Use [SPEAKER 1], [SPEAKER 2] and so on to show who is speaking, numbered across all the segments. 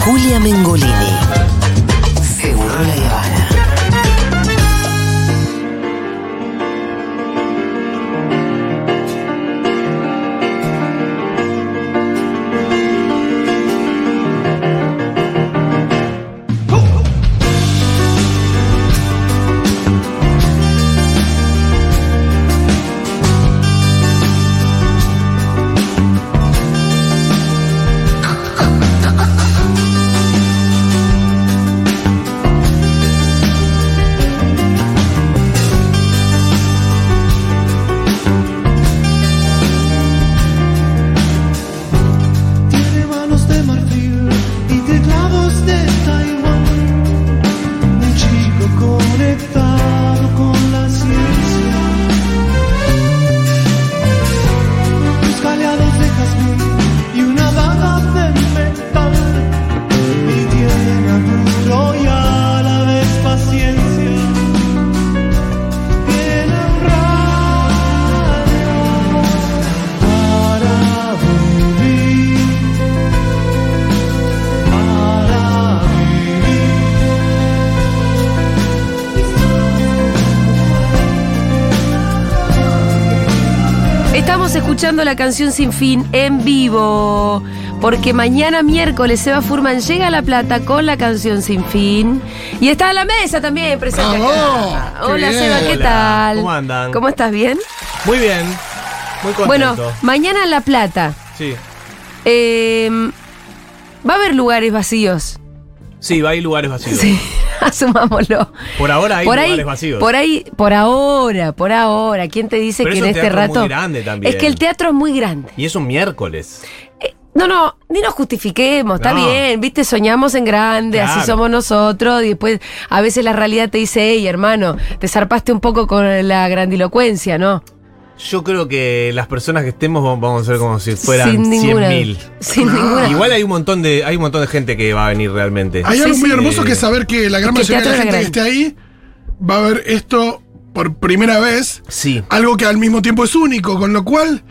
[SPEAKER 1] Karina Mengolini. Seguro la Habana.
[SPEAKER 2] Tiene manos de marfil y teclados de Taiwán. Un chico conectado con la ciencia. Tus caleados de jazmín y una daga de metal. Y tiene apuro y a la vez paciencia. Tiene un radio para vivir. Para vivir
[SPEAKER 3] Estamos escuchando la canción Sin Fin en vivo, porque mañana miércoles Seba Furman llega a La Plata con la canción Sin Fin. Y está a la mesa también presente. acá.
[SPEAKER 4] ¡Vamos!
[SPEAKER 3] Hola
[SPEAKER 4] ¡Qué bien!
[SPEAKER 3] Seba, ¿qué
[SPEAKER 5] Hola,
[SPEAKER 3] tal?
[SPEAKER 5] ¿cómo andan?
[SPEAKER 3] ¿Cómo estás? ¿Bien?
[SPEAKER 5] Muy bien, muy contento.
[SPEAKER 3] Bueno, mañana en La Plata.
[SPEAKER 5] sí.
[SPEAKER 3] eh, va a haber lugares vacíos.
[SPEAKER 5] Sí, va a ir lugares vacíos.
[SPEAKER 3] Sí, asumámoslo.
[SPEAKER 5] Por ahora hay
[SPEAKER 3] por ahí,
[SPEAKER 5] lugares vacíos.
[SPEAKER 3] por ahí, por ahora, por ahora. ¿Quién te dice
[SPEAKER 5] Pero
[SPEAKER 3] que
[SPEAKER 5] es
[SPEAKER 3] en
[SPEAKER 5] un
[SPEAKER 3] este
[SPEAKER 5] teatro muy
[SPEAKER 3] rato?
[SPEAKER 5] grande también.
[SPEAKER 3] Es que el teatro es muy grande.
[SPEAKER 5] Y es un miércoles.
[SPEAKER 3] Eh, No, no, ni nos justifiquemos, está
[SPEAKER 5] No.
[SPEAKER 3] bien, viste, soñamos en grande, así
[SPEAKER 5] Claro.
[SPEAKER 3] somos nosotros, y después a veces la realidad te dice, hey, hermano, te zarpaste un poco con la grandilocuencia, ¿no?
[SPEAKER 5] Yo creo que las personas que estemos va- vamos a ser como si fueran
[SPEAKER 3] Sin ninguna-
[SPEAKER 5] 100.000.
[SPEAKER 3] Sin ninguna.
[SPEAKER 5] Igual hay un montón de hay un montón de gente que va a venir realmente.
[SPEAKER 4] Hay
[SPEAKER 3] Sí,
[SPEAKER 4] algo muy
[SPEAKER 3] sí.
[SPEAKER 4] hermoso que es saber que la gran
[SPEAKER 3] Que el
[SPEAKER 4] mayoría de la
[SPEAKER 3] teatro
[SPEAKER 4] gente que
[SPEAKER 3] es
[SPEAKER 4] esté ahí va a ver esto por primera vez.
[SPEAKER 5] Sí.
[SPEAKER 4] Algo que al mismo tiempo es único, con lo cual.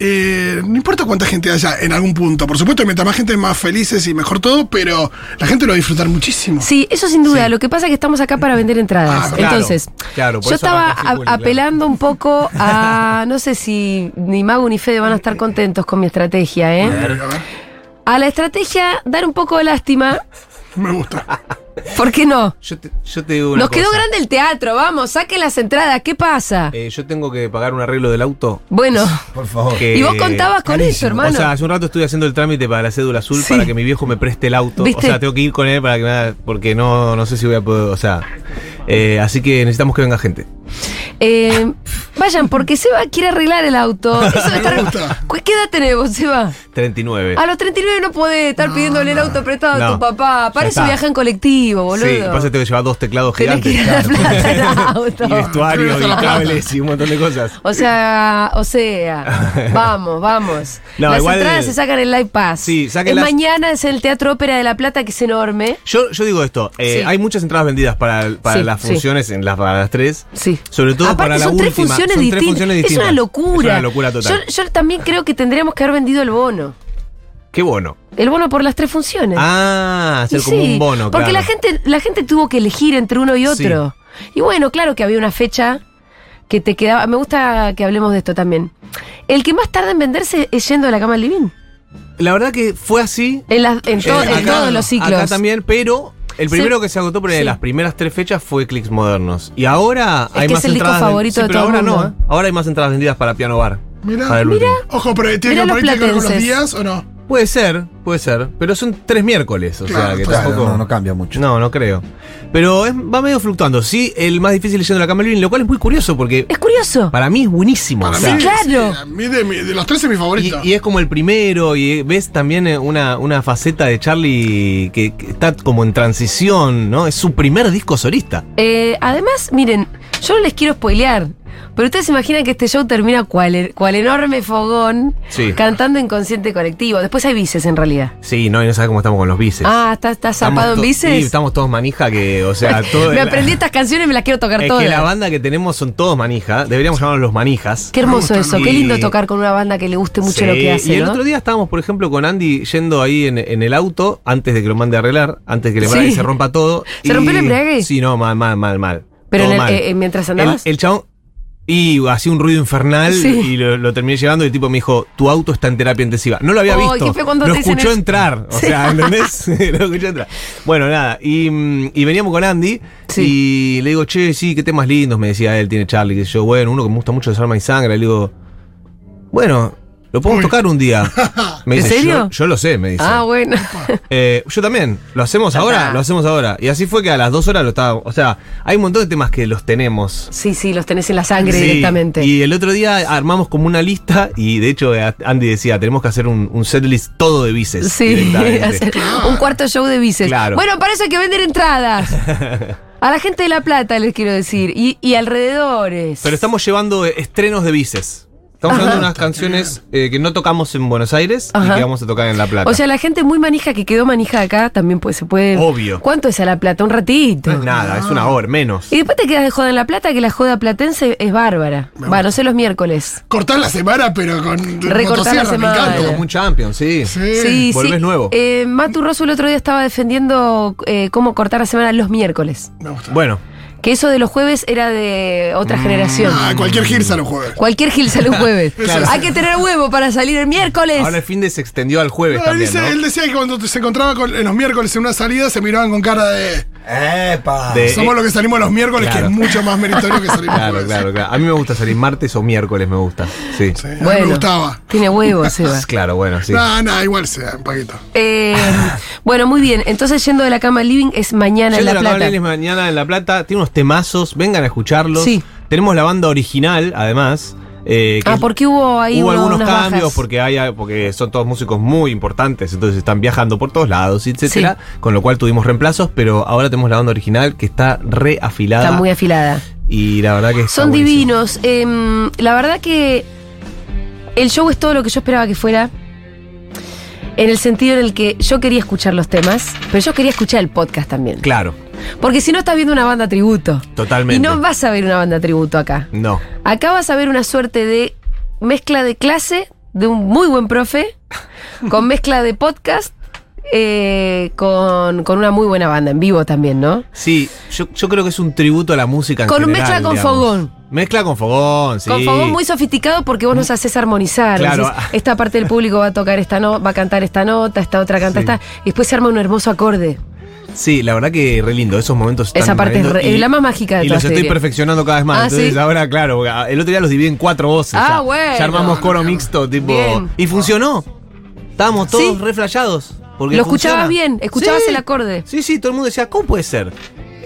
[SPEAKER 4] eh, no importa cuánta gente haya en algún punto. Por supuesto, mientras más gente, más felices y mejor todo, pero la gente lo va a disfrutar muchísimo.
[SPEAKER 3] Sí, eso sin duda. Lo que pasa es que estamos acá para vender entradas.
[SPEAKER 4] Ah,
[SPEAKER 5] claro,
[SPEAKER 3] Entonces,
[SPEAKER 5] claro, por
[SPEAKER 3] yo
[SPEAKER 5] eso
[SPEAKER 3] estaba
[SPEAKER 5] arranca así,
[SPEAKER 3] a-
[SPEAKER 5] Juli, claro.
[SPEAKER 3] apelando un poco a. No sé si ni Mago ni Fede van a estar contentos con mi estrategia,
[SPEAKER 4] A
[SPEAKER 3] ¿eh?
[SPEAKER 4] ver, a ver,
[SPEAKER 3] A la estrategia, dar un poco de lástima.
[SPEAKER 4] me gusta.
[SPEAKER 3] ¿Por qué no?
[SPEAKER 5] Yo te, yo te digo una
[SPEAKER 3] Nos quedó
[SPEAKER 5] cosa.
[SPEAKER 3] grande el teatro, vamos, saquen las entradas, ¿qué pasa?
[SPEAKER 5] Eh, yo tengo que pagar un arreglo del auto.
[SPEAKER 3] Bueno,
[SPEAKER 6] Por favor.
[SPEAKER 5] que-
[SPEAKER 3] y vos contabas con eso, hermano.
[SPEAKER 5] O sea, hace un rato estuve haciendo el trámite para la cédula azul
[SPEAKER 3] Sí.
[SPEAKER 5] para que mi viejo me preste el auto.
[SPEAKER 3] ¿Viste?
[SPEAKER 5] O sea, tengo que ir con él para que me haga- porque no, no sé si voy a poder. O sea, eh, así que necesitamos que venga gente.
[SPEAKER 3] Eh, vayan, porque Seba quiere arreglar el auto. Eso de estar-
[SPEAKER 4] Me gusta.
[SPEAKER 3] ¿Cu- ¿Qué edad tenés vos, Seba?
[SPEAKER 5] 39.
[SPEAKER 3] A los 39 no podés estar pidiéndole el auto prestado a
[SPEAKER 5] No.
[SPEAKER 3] tu papá. Para
[SPEAKER 5] Ya
[SPEAKER 3] eso
[SPEAKER 5] está.
[SPEAKER 3] viaja en colectivo, boludo.
[SPEAKER 5] Sí, pasa que tengo que llevar dos teclados
[SPEAKER 3] Tenés que
[SPEAKER 5] gigantes.
[SPEAKER 3] ir a la plata del auto.
[SPEAKER 5] Y vestuario, y cables, y un montón de cosas.
[SPEAKER 3] O sea, o sea, vamos, vamos.
[SPEAKER 5] No,
[SPEAKER 3] las
[SPEAKER 5] igual-
[SPEAKER 3] entradas se sacan en Live Pass.
[SPEAKER 5] Sí,
[SPEAKER 3] Es
[SPEAKER 5] sáquenlas.
[SPEAKER 3] Mañana es en el Teatro Ópera de La Plata, que es enorme.
[SPEAKER 5] Yo, yo digo esto, eh,
[SPEAKER 3] Sí.
[SPEAKER 5] hay muchas entradas vendidas para, para
[SPEAKER 3] Sí,
[SPEAKER 5] las
[SPEAKER 3] sí.
[SPEAKER 5] funciones en las, para las tres.
[SPEAKER 3] Sí.
[SPEAKER 5] Sobre todo
[SPEAKER 3] Aparte,
[SPEAKER 5] para la
[SPEAKER 3] son
[SPEAKER 5] última.
[SPEAKER 3] tres funciones
[SPEAKER 5] son tres
[SPEAKER 3] distintas.
[SPEAKER 5] funciones
[SPEAKER 3] Es
[SPEAKER 5] distintas.
[SPEAKER 3] una locura.
[SPEAKER 5] Es una locura total.
[SPEAKER 3] Yo, yo también creo que tendríamos que haber vendido el bono.
[SPEAKER 5] Qué bono.
[SPEAKER 3] El bono por las tres funciones.
[SPEAKER 5] Ah,
[SPEAKER 3] Y
[SPEAKER 5] hacer como
[SPEAKER 3] sí,
[SPEAKER 5] un bono,
[SPEAKER 3] Porque
[SPEAKER 5] claro.
[SPEAKER 3] la gente, la gente tuvo que elegir entre uno y
[SPEAKER 5] Sí.
[SPEAKER 3] otro. Y bueno, claro que había una fecha que te quedaba. Me gusta que hablemos de esto también. El que más tarda en venderse es yendo a la cama al living.
[SPEAKER 5] La verdad que fue así.
[SPEAKER 3] En, las- en, to-
[SPEAKER 5] eh,
[SPEAKER 3] en todos los ciclos.
[SPEAKER 5] Acá también, pero el
[SPEAKER 3] Sí.
[SPEAKER 5] primero que se agotó por ahí
[SPEAKER 3] Sí.
[SPEAKER 5] de las primeras tres fechas fue Clicks Modernos. Y ahora
[SPEAKER 3] Es
[SPEAKER 5] hay
[SPEAKER 3] que
[SPEAKER 5] más
[SPEAKER 3] es el disco
[SPEAKER 5] entradas. ven-
[SPEAKER 3] favorito
[SPEAKER 5] Sí,
[SPEAKER 3] de
[SPEAKER 5] pero
[SPEAKER 3] todo el
[SPEAKER 5] ahora no.
[SPEAKER 3] mundo.
[SPEAKER 5] ¿eh? Ahora hay más entradas vendidas para Piano Bar.
[SPEAKER 4] Mirá.
[SPEAKER 5] Para el último.
[SPEAKER 4] Ojo, pero tiene
[SPEAKER 3] Mirá los
[SPEAKER 4] que por ahí tiene que ver con los
[SPEAKER 3] platenses.
[SPEAKER 4] días o no.
[SPEAKER 5] Puede ser, puede ser. Pero son tres miércoles, o
[SPEAKER 4] Claro,
[SPEAKER 5] sea que
[SPEAKER 4] claro,
[SPEAKER 5] tampoco.
[SPEAKER 6] no, no cambia mucho.
[SPEAKER 5] No, no creo. Pero es- va medio fluctuando. Sí, el más difícil es yendo a la cama al living, lo cual es muy curioso porque
[SPEAKER 3] Es curioso.
[SPEAKER 5] para mí es buenísimo.
[SPEAKER 4] Para
[SPEAKER 5] o sea,
[SPEAKER 4] mí,
[SPEAKER 3] claro.
[SPEAKER 4] sí, a mí de, mi- de los tres es mi
[SPEAKER 5] y,
[SPEAKER 4] favorito.
[SPEAKER 5] y es como el primero, y ves también eh, una, una faceta de Charlie que, que está como en transición, ¿no? Es su primer disco solista.
[SPEAKER 3] Eh, además, miren, yo no les quiero spoilear. Pero ustedes se imaginan que este show termina cual, cual enorme fogón
[SPEAKER 5] Sí.
[SPEAKER 3] cantando inconsciente colectivo. Después hay bices en realidad.
[SPEAKER 5] Sí, no, y no sabes cómo estamos con los bices.
[SPEAKER 3] Ah, ¿estás está
[SPEAKER 5] Estamos
[SPEAKER 3] zapado en
[SPEAKER 5] to-
[SPEAKER 3] bices?
[SPEAKER 5] Sí, estamos todos manija que, o sea, todo.
[SPEAKER 3] Me aprendí estas canciones y me las quiero tocar
[SPEAKER 5] Es
[SPEAKER 3] todas.
[SPEAKER 5] que la banda que tenemos son todos manija. Deberíamos llamarlos los manijas.
[SPEAKER 3] Qué hermoso eso, qué
[SPEAKER 5] Y-
[SPEAKER 3] lindo tocar con una banda que le guste mucho lo
[SPEAKER 5] Sí,
[SPEAKER 3] que hace.
[SPEAKER 5] Y el
[SPEAKER 3] ¿no?
[SPEAKER 5] otro día estábamos, por ejemplo, con Andy yendo ahí en, en el auto, antes de que lo mande a arreglar, antes que el embrague
[SPEAKER 3] Sí.
[SPEAKER 5] se rompa todo.
[SPEAKER 3] ¿Se rompió el embrague?
[SPEAKER 5] Sí, no, mal, mal, mal, mal.
[SPEAKER 3] Pero en
[SPEAKER 5] Todo
[SPEAKER 3] el-
[SPEAKER 5] mal.
[SPEAKER 3] eh, eh, mientras
[SPEAKER 5] el,
[SPEAKER 3] andabas.
[SPEAKER 5] el chabón. Y hacía un ruido infernal
[SPEAKER 3] Sí.
[SPEAKER 5] y lo, lo terminé llevando y el tipo me dijo, tu auto está en terapia intensiva. No lo había
[SPEAKER 3] Ay,
[SPEAKER 5] visto.
[SPEAKER 3] qué feo cuando
[SPEAKER 5] lo
[SPEAKER 3] te dicen
[SPEAKER 5] escuchó
[SPEAKER 3] eso.
[SPEAKER 5] entrar. O
[SPEAKER 3] Sí.
[SPEAKER 5] sea, ¿entendés? lo escuchó entrar. Bueno, nada. Y, mm, y veníamos con Andy y le digo, che, sí, qué temas lindos, me decía él, tiene Charlie. Y yo, bueno, uno que me gusta mucho es Arma y Sangre. Le digo, bueno, lo podemos tocar un día. Me
[SPEAKER 3] ¿En
[SPEAKER 5] dice,
[SPEAKER 3] serio?
[SPEAKER 5] Yo, yo lo sé, me dice.
[SPEAKER 3] ah, bueno.
[SPEAKER 5] Eh, yo también. ¿Lo hacemos ahora?
[SPEAKER 3] Ajá.
[SPEAKER 5] Lo hacemos ahora. Y así fue que a las dos horas lo estaba. O sea, hay un montón de temas que los tenemos.
[SPEAKER 3] sí, sí, los tenés en la sangre
[SPEAKER 5] Sí,
[SPEAKER 3] directamente.
[SPEAKER 5] Y el otro día armamos como una lista y de hecho eh, Andy decía, tenemos que hacer un, un setlist todo de bices.
[SPEAKER 3] Sí,
[SPEAKER 5] directamente.
[SPEAKER 3] hacer un cuarto show de bices.
[SPEAKER 5] Claro.
[SPEAKER 3] Bueno, para eso hay que vender entradas. A la gente de La Plata les quiero decir. Y, y alrededores.
[SPEAKER 5] Pero estamos llevando eh, estrenos de bices. Estamos
[SPEAKER 3] Ajá.
[SPEAKER 5] llevando unas canciones eh, que no tocamos en Buenos Aires
[SPEAKER 3] Ajá.
[SPEAKER 5] y que vamos a tocar en La Plata.
[SPEAKER 3] o sea, la gente muy manija que quedó manija acá también puede, se puede.
[SPEAKER 5] Obvio.
[SPEAKER 3] ¿Cuánto es a La Plata? Un ratito.
[SPEAKER 5] no es nada, es una hora, menos.
[SPEAKER 3] Y después te quedas de joda en La Plata, que la joda platense es bárbara. Va, no sé los miércoles.
[SPEAKER 4] Cortar la semana, pero con
[SPEAKER 3] Recortar la
[SPEAKER 4] motosierra,
[SPEAKER 3] semana.
[SPEAKER 4] picando.
[SPEAKER 5] Como un champion, sí.
[SPEAKER 4] Sí.
[SPEAKER 3] Sí,
[SPEAKER 5] volvés
[SPEAKER 3] sí.
[SPEAKER 5] nuevo.
[SPEAKER 3] Eh, Matu Rosso el otro día estaba defendiendo eh, cómo cortar la semana los miércoles.
[SPEAKER 4] Me gusta.
[SPEAKER 5] Bueno,
[SPEAKER 3] Que eso de los jueves era de
[SPEAKER 5] Mm,
[SPEAKER 3] otra generación.
[SPEAKER 4] Ah, cualquier girsa lo jueves.
[SPEAKER 3] Cualquier Gil sale un jueves.
[SPEAKER 4] Claro.
[SPEAKER 3] Hay que tener huevo para salir el miércoles.
[SPEAKER 5] ahora el fin de se extendió al jueves
[SPEAKER 4] No, él,
[SPEAKER 5] también,
[SPEAKER 4] dice-
[SPEAKER 5] ¿no?
[SPEAKER 4] él decía que cuando se encontraba con- en los miércoles en una salida se miraban con cara de
[SPEAKER 5] De-
[SPEAKER 4] Ah, somos los que salimos los miércoles,
[SPEAKER 5] Eh, claro.
[SPEAKER 4] que es mucho más meritorio que salir los
[SPEAKER 5] Claro,
[SPEAKER 4] jueves".
[SPEAKER 5] claro, claro. A mí me gusta salir martes o miércoles, me gusta. Sí.
[SPEAKER 4] Sí, a mí
[SPEAKER 3] Bueno,
[SPEAKER 4] me gustaba.
[SPEAKER 3] Tiene huevo, Seba.
[SPEAKER 5] Claro, bueno, sí.
[SPEAKER 4] Nah, nah, igual sea, un poquito.
[SPEAKER 3] Eh, bueno, muy bien. Entonces, yendo de la cama al living es mañana en
[SPEAKER 5] Yendo
[SPEAKER 3] La
[SPEAKER 5] a la
[SPEAKER 3] Plata.
[SPEAKER 5] Cabareles mañana en La Plata. Tiene unos temazos, vengan a escucharlos.
[SPEAKER 3] Sí.
[SPEAKER 5] Tenemos la banda original, además. eh, que
[SPEAKER 3] Ah,
[SPEAKER 5] es-
[SPEAKER 3] porque hubo ahí
[SPEAKER 5] Hubo
[SPEAKER 3] uno-
[SPEAKER 5] algunos
[SPEAKER 3] unas
[SPEAKER 5] cambios
[SPEAKER 3] bajas.
[SPEAKER 5] porque hay porque son todos músicos muy importantes, entonces están viajando por todos lados, etcétera, con lo cual tuvimos reemplazos, pero ahora tenemos la banda original que está reafilada
[SPEAKER 3] Está muy afilada.
[SPEAKER 5] y la verdad que está
[SPEAKER 3] Son
[SPEAKER 5] buenísimo.
[SPEAKER 3] divinos. Em, la verdad que el show es todo lo que yo esperaba que fuera. En el sentido en el que yo quería escuchar los temas, pero yo quería escuchar el podcast también.
[SPEAKER 5] Claro,
[SPEAKER 3] Porque si no estás viendo una banda tributo.
[SPEAKER 5] totalmente.
[SPEAKER 3] Y no vas a ver una banda tributo acá.
[SPEAKER 5] No.
[SPEAKER 3] Acá vas a ver una suerte de mezcla de clase de un muy buen profe con mezcla de podcast eh, con, con una muy buena banda en vivo también, ¿no?
[SPEAKER 5] Sí, yo, yo creo que es un tributo a la música en
[SPEAKER 3] Con un
[SPEAKER 5] general,
[SPEAKER 3] mezcla con
[SPEAKER 5] digamos.
[SPEAKER 3] fogón.
[SPEAKER 5] Mezcla con fogón, sí.
[SPEAKER 3] Con fogón muy sofisticado porque vos nos haces armonizar.
[SPEAKER 5] Claro.
[SPEAKER 3] decís, esta parte del público va a tocar esta nota, va a cantar esta nota, esta otra canta
[SPEAKER 5] Sí.
[SPEAKER 3] esta. Y después se arma un hermoso acorde.
[SPEAKER 5] Sí, la verdad que re lindo, esos momentos están
[SPEAKER 3] Esa parte es,
[SPEAKER 5] lindos
[SPEAKER 3] re-
[SPEAKER 5] y-
[SPEAKER 3] es la más mágica de
[SPEAKER 5] Y
[SPEAKER 3] todas.
[SPEAKER 5] los
[SPEAKER 3] te
[SPEAKER 5] estoy
[SPEAKER 3] diría.
[SPEAKER 5] perfeccionando cada vez más.
[SPEAKER 3] Ah,
[SPEAKER 5] Entonces
[SPEAKER 3] ¿sí?
[SPEAKER 5] ahora, claro, porque, ah, el otro día los dividí en cuatro voces.
[SPEAKER 3] Ah,
[SPEAKER 5] ya,
[SPEAKER 3] bueno.
[SPEAKER 5] Ya armamos coro mixto, tipo.
[SPEAKER 3] Bien.
[SPEAKER 5] Y funcionó. Estábamos todos
[SPEAKER 3] Sí.
[SPEAKER 5] reflayados. Porque
[SPEAKER 3] Lo escuchabas
[SPEAKER 5] funciona.
[SPEAKER 3] bien, escuchabas
[SPEAKER 5] Sí.
[SPEAKER 3] el acorde.
[SPEAKER 5] Sí, sí, todo el mundo decía, ¿cómo puede ser?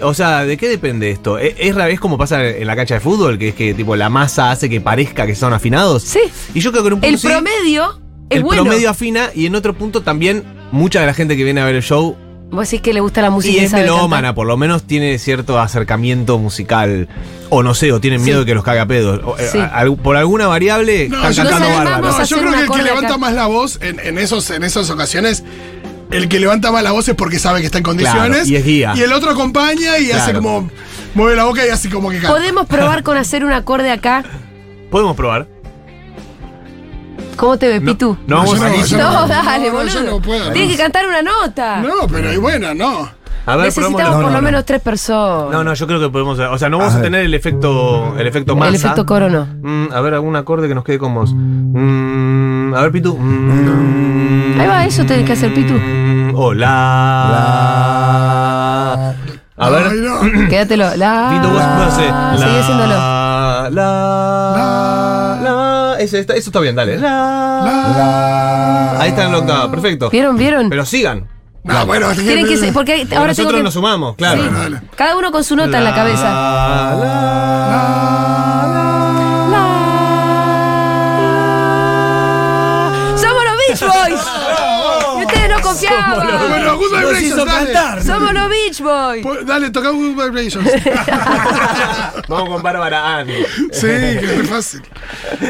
[SPEAKER 5] O sea, ¿de qué depende esto? ¿Es, es, ra- es como pasa en la cancha de fútbol, que es que tipo la masa hace que parezca que son afinados.
[SPEAKER 3] Sí.
[SPEAKER 5] Y yo creo que en un punto
[SPEAKER 3] El
[SPEAKER 5] sí,
[SPEAKER 3] promedio es
[SPEAKER 5] el
[SPEAKER 3] bueno.
[SPEAKER 5] promedio afina y en otro punto también mucha de la gente que viene a ver el show
[SPEAKER 3] Vos decís que le gusta la música.
[SPEAKER 5] y es
[SPEAKER 3] sabe cantar.
[SPEAKER 5] melómana, por lo menos tiene cierto acercamiento musical. O no sé, o tienen
[SPEAKER 3] Sí.
[SPEAKER 5] miedo de que los caga a pedos. O, eh,
[SPEAKER 3] Sí.
[SPEAKER 5] a- al- por alguna variable,
[SPEAKER 4] No,
[SPEAKER 5] están
[SPEAKER 4] yo-
[SPEAKER 5] cantando
[SPEAKER 3] Nos armamos
[SPEAKER 5] bárbaro.
[SPEAKER 3] a-
[SPEAKER 4] yo
[SPEAKER 3] hacer
[SPEAKER 4] creo
[SPEAKER 3] un
[SPEAKER 4] que el que
[SPEAKER 3] acorde
[SPEAKER 4] levanta
[SPEAKER 3] acá.
[SPEAKER 4] más la voz en, en esos, en esas ocasiones, el que levanta más la voz es porque sabe que está en
[SPEAKER 5] Claro,
[SPEAKER 4] condiciones.
[SPEAKER 5] y es guía.
[SPEAKER 4] Y el otro acompaña y hace
[SPEAKER 5] Claro.
[SPEAKER 4] como. Mueve la boca y hace como que canta.
[SPEAKER 3] ¿Podemos probar con hacer un acorde acá?
[SPEAKER 5] Podemos probar.
[SPEAKER 3] ¿Cómo te ve, Pitu?
[SPEAKER 5] No
[SPEAKER 4] yo
[SPEAKER 5] vamos a
[SPEAKER 4] yo
[SPEAKER 5] malísimo.
[SPEAKER 3] No,
[SPEAKER 4] no,
[SPEAKER 3] dale,
[SPEAKER 4] no, yo
[SPEAKER 3] boludo.
[SPEAKER 4] no puedo.
[SPEAKER 3] Tienes que cantar una nota.
[SPEAKER 4] No, pero y bueno, no.
[SPEAKER 5] A ver,
[SPEAKER 3] Necesitamos
[SPEAKER 5] probemos-
[SPEAKER 3] por
[SPEAKER 5] No,
[SPEAKER 3] lo
[SPEAKER 5] no,
[SPEAKER 3] menos tres personas.
[SPEAKER 5] no. No, no, yo creo que podemos. O sea, no vamos a, tener el efecto, el efecto masa.
[SPEAKER 3] El efecto coro no.
[SPEAKER 5] Mm, a ver, algún acorde que nos quede con vos. Mm, a ver, Pitu. Mm.
[SPEAKER 3] Ahí va, eso tenés que hacer, Pitu.
[SPEAKER 5] Mm, Hola. A ver.
[SPEAKER 4] Ay, no.
[SPEAKER 3] Quédatelo. La.
[SPEAKER 5] Vito, vos vos hacés
[SPEAKER 3] Ah, Sigue haciéndolo.
[SPEAKER 5] La, la, la. Ese está- eso está bien, dale. La. Ahí está en la octava, perfecto.
[SPEAKER 3] ¿Vieron, vieron?
[SPEAKER 5] Pero sigan.
[SPEAKER 4] No, bueno,
[SPEAKER 3] Tienen que ser- porque hay-
[SPEAKER 5] Y
[SPEAKER 3] ahora tengo
[SPEAKER 5] nosotros
[SPEAKER 3] que.
[SPEAKER 5] nos sumamos, claro.
[SPEAKER 4] Bueno, dale.
[SPEAKER 3] Cada uno con su nota en la cabeza.
[SPEAKER 5] La, la, la.
[SPEAKER 3] La. Somos los Beach Boys. Y ustedes no confiaba.
[SPEAKER 4] Bueno, Good Vibrations,
[SPEAKER 6] Nos hizo
[SPEAKER 4] dale.
[SPEAKER 6] cantar.
[SPEAKER 3] Somos los Beach Boys.
[SPEAKER 4] Po- Pues, Dale, toca Good Vibrations.
[SPEAKER 5] Vamos con Bárbara Ángel.
[SPEAKER 4] sí, que es fácil.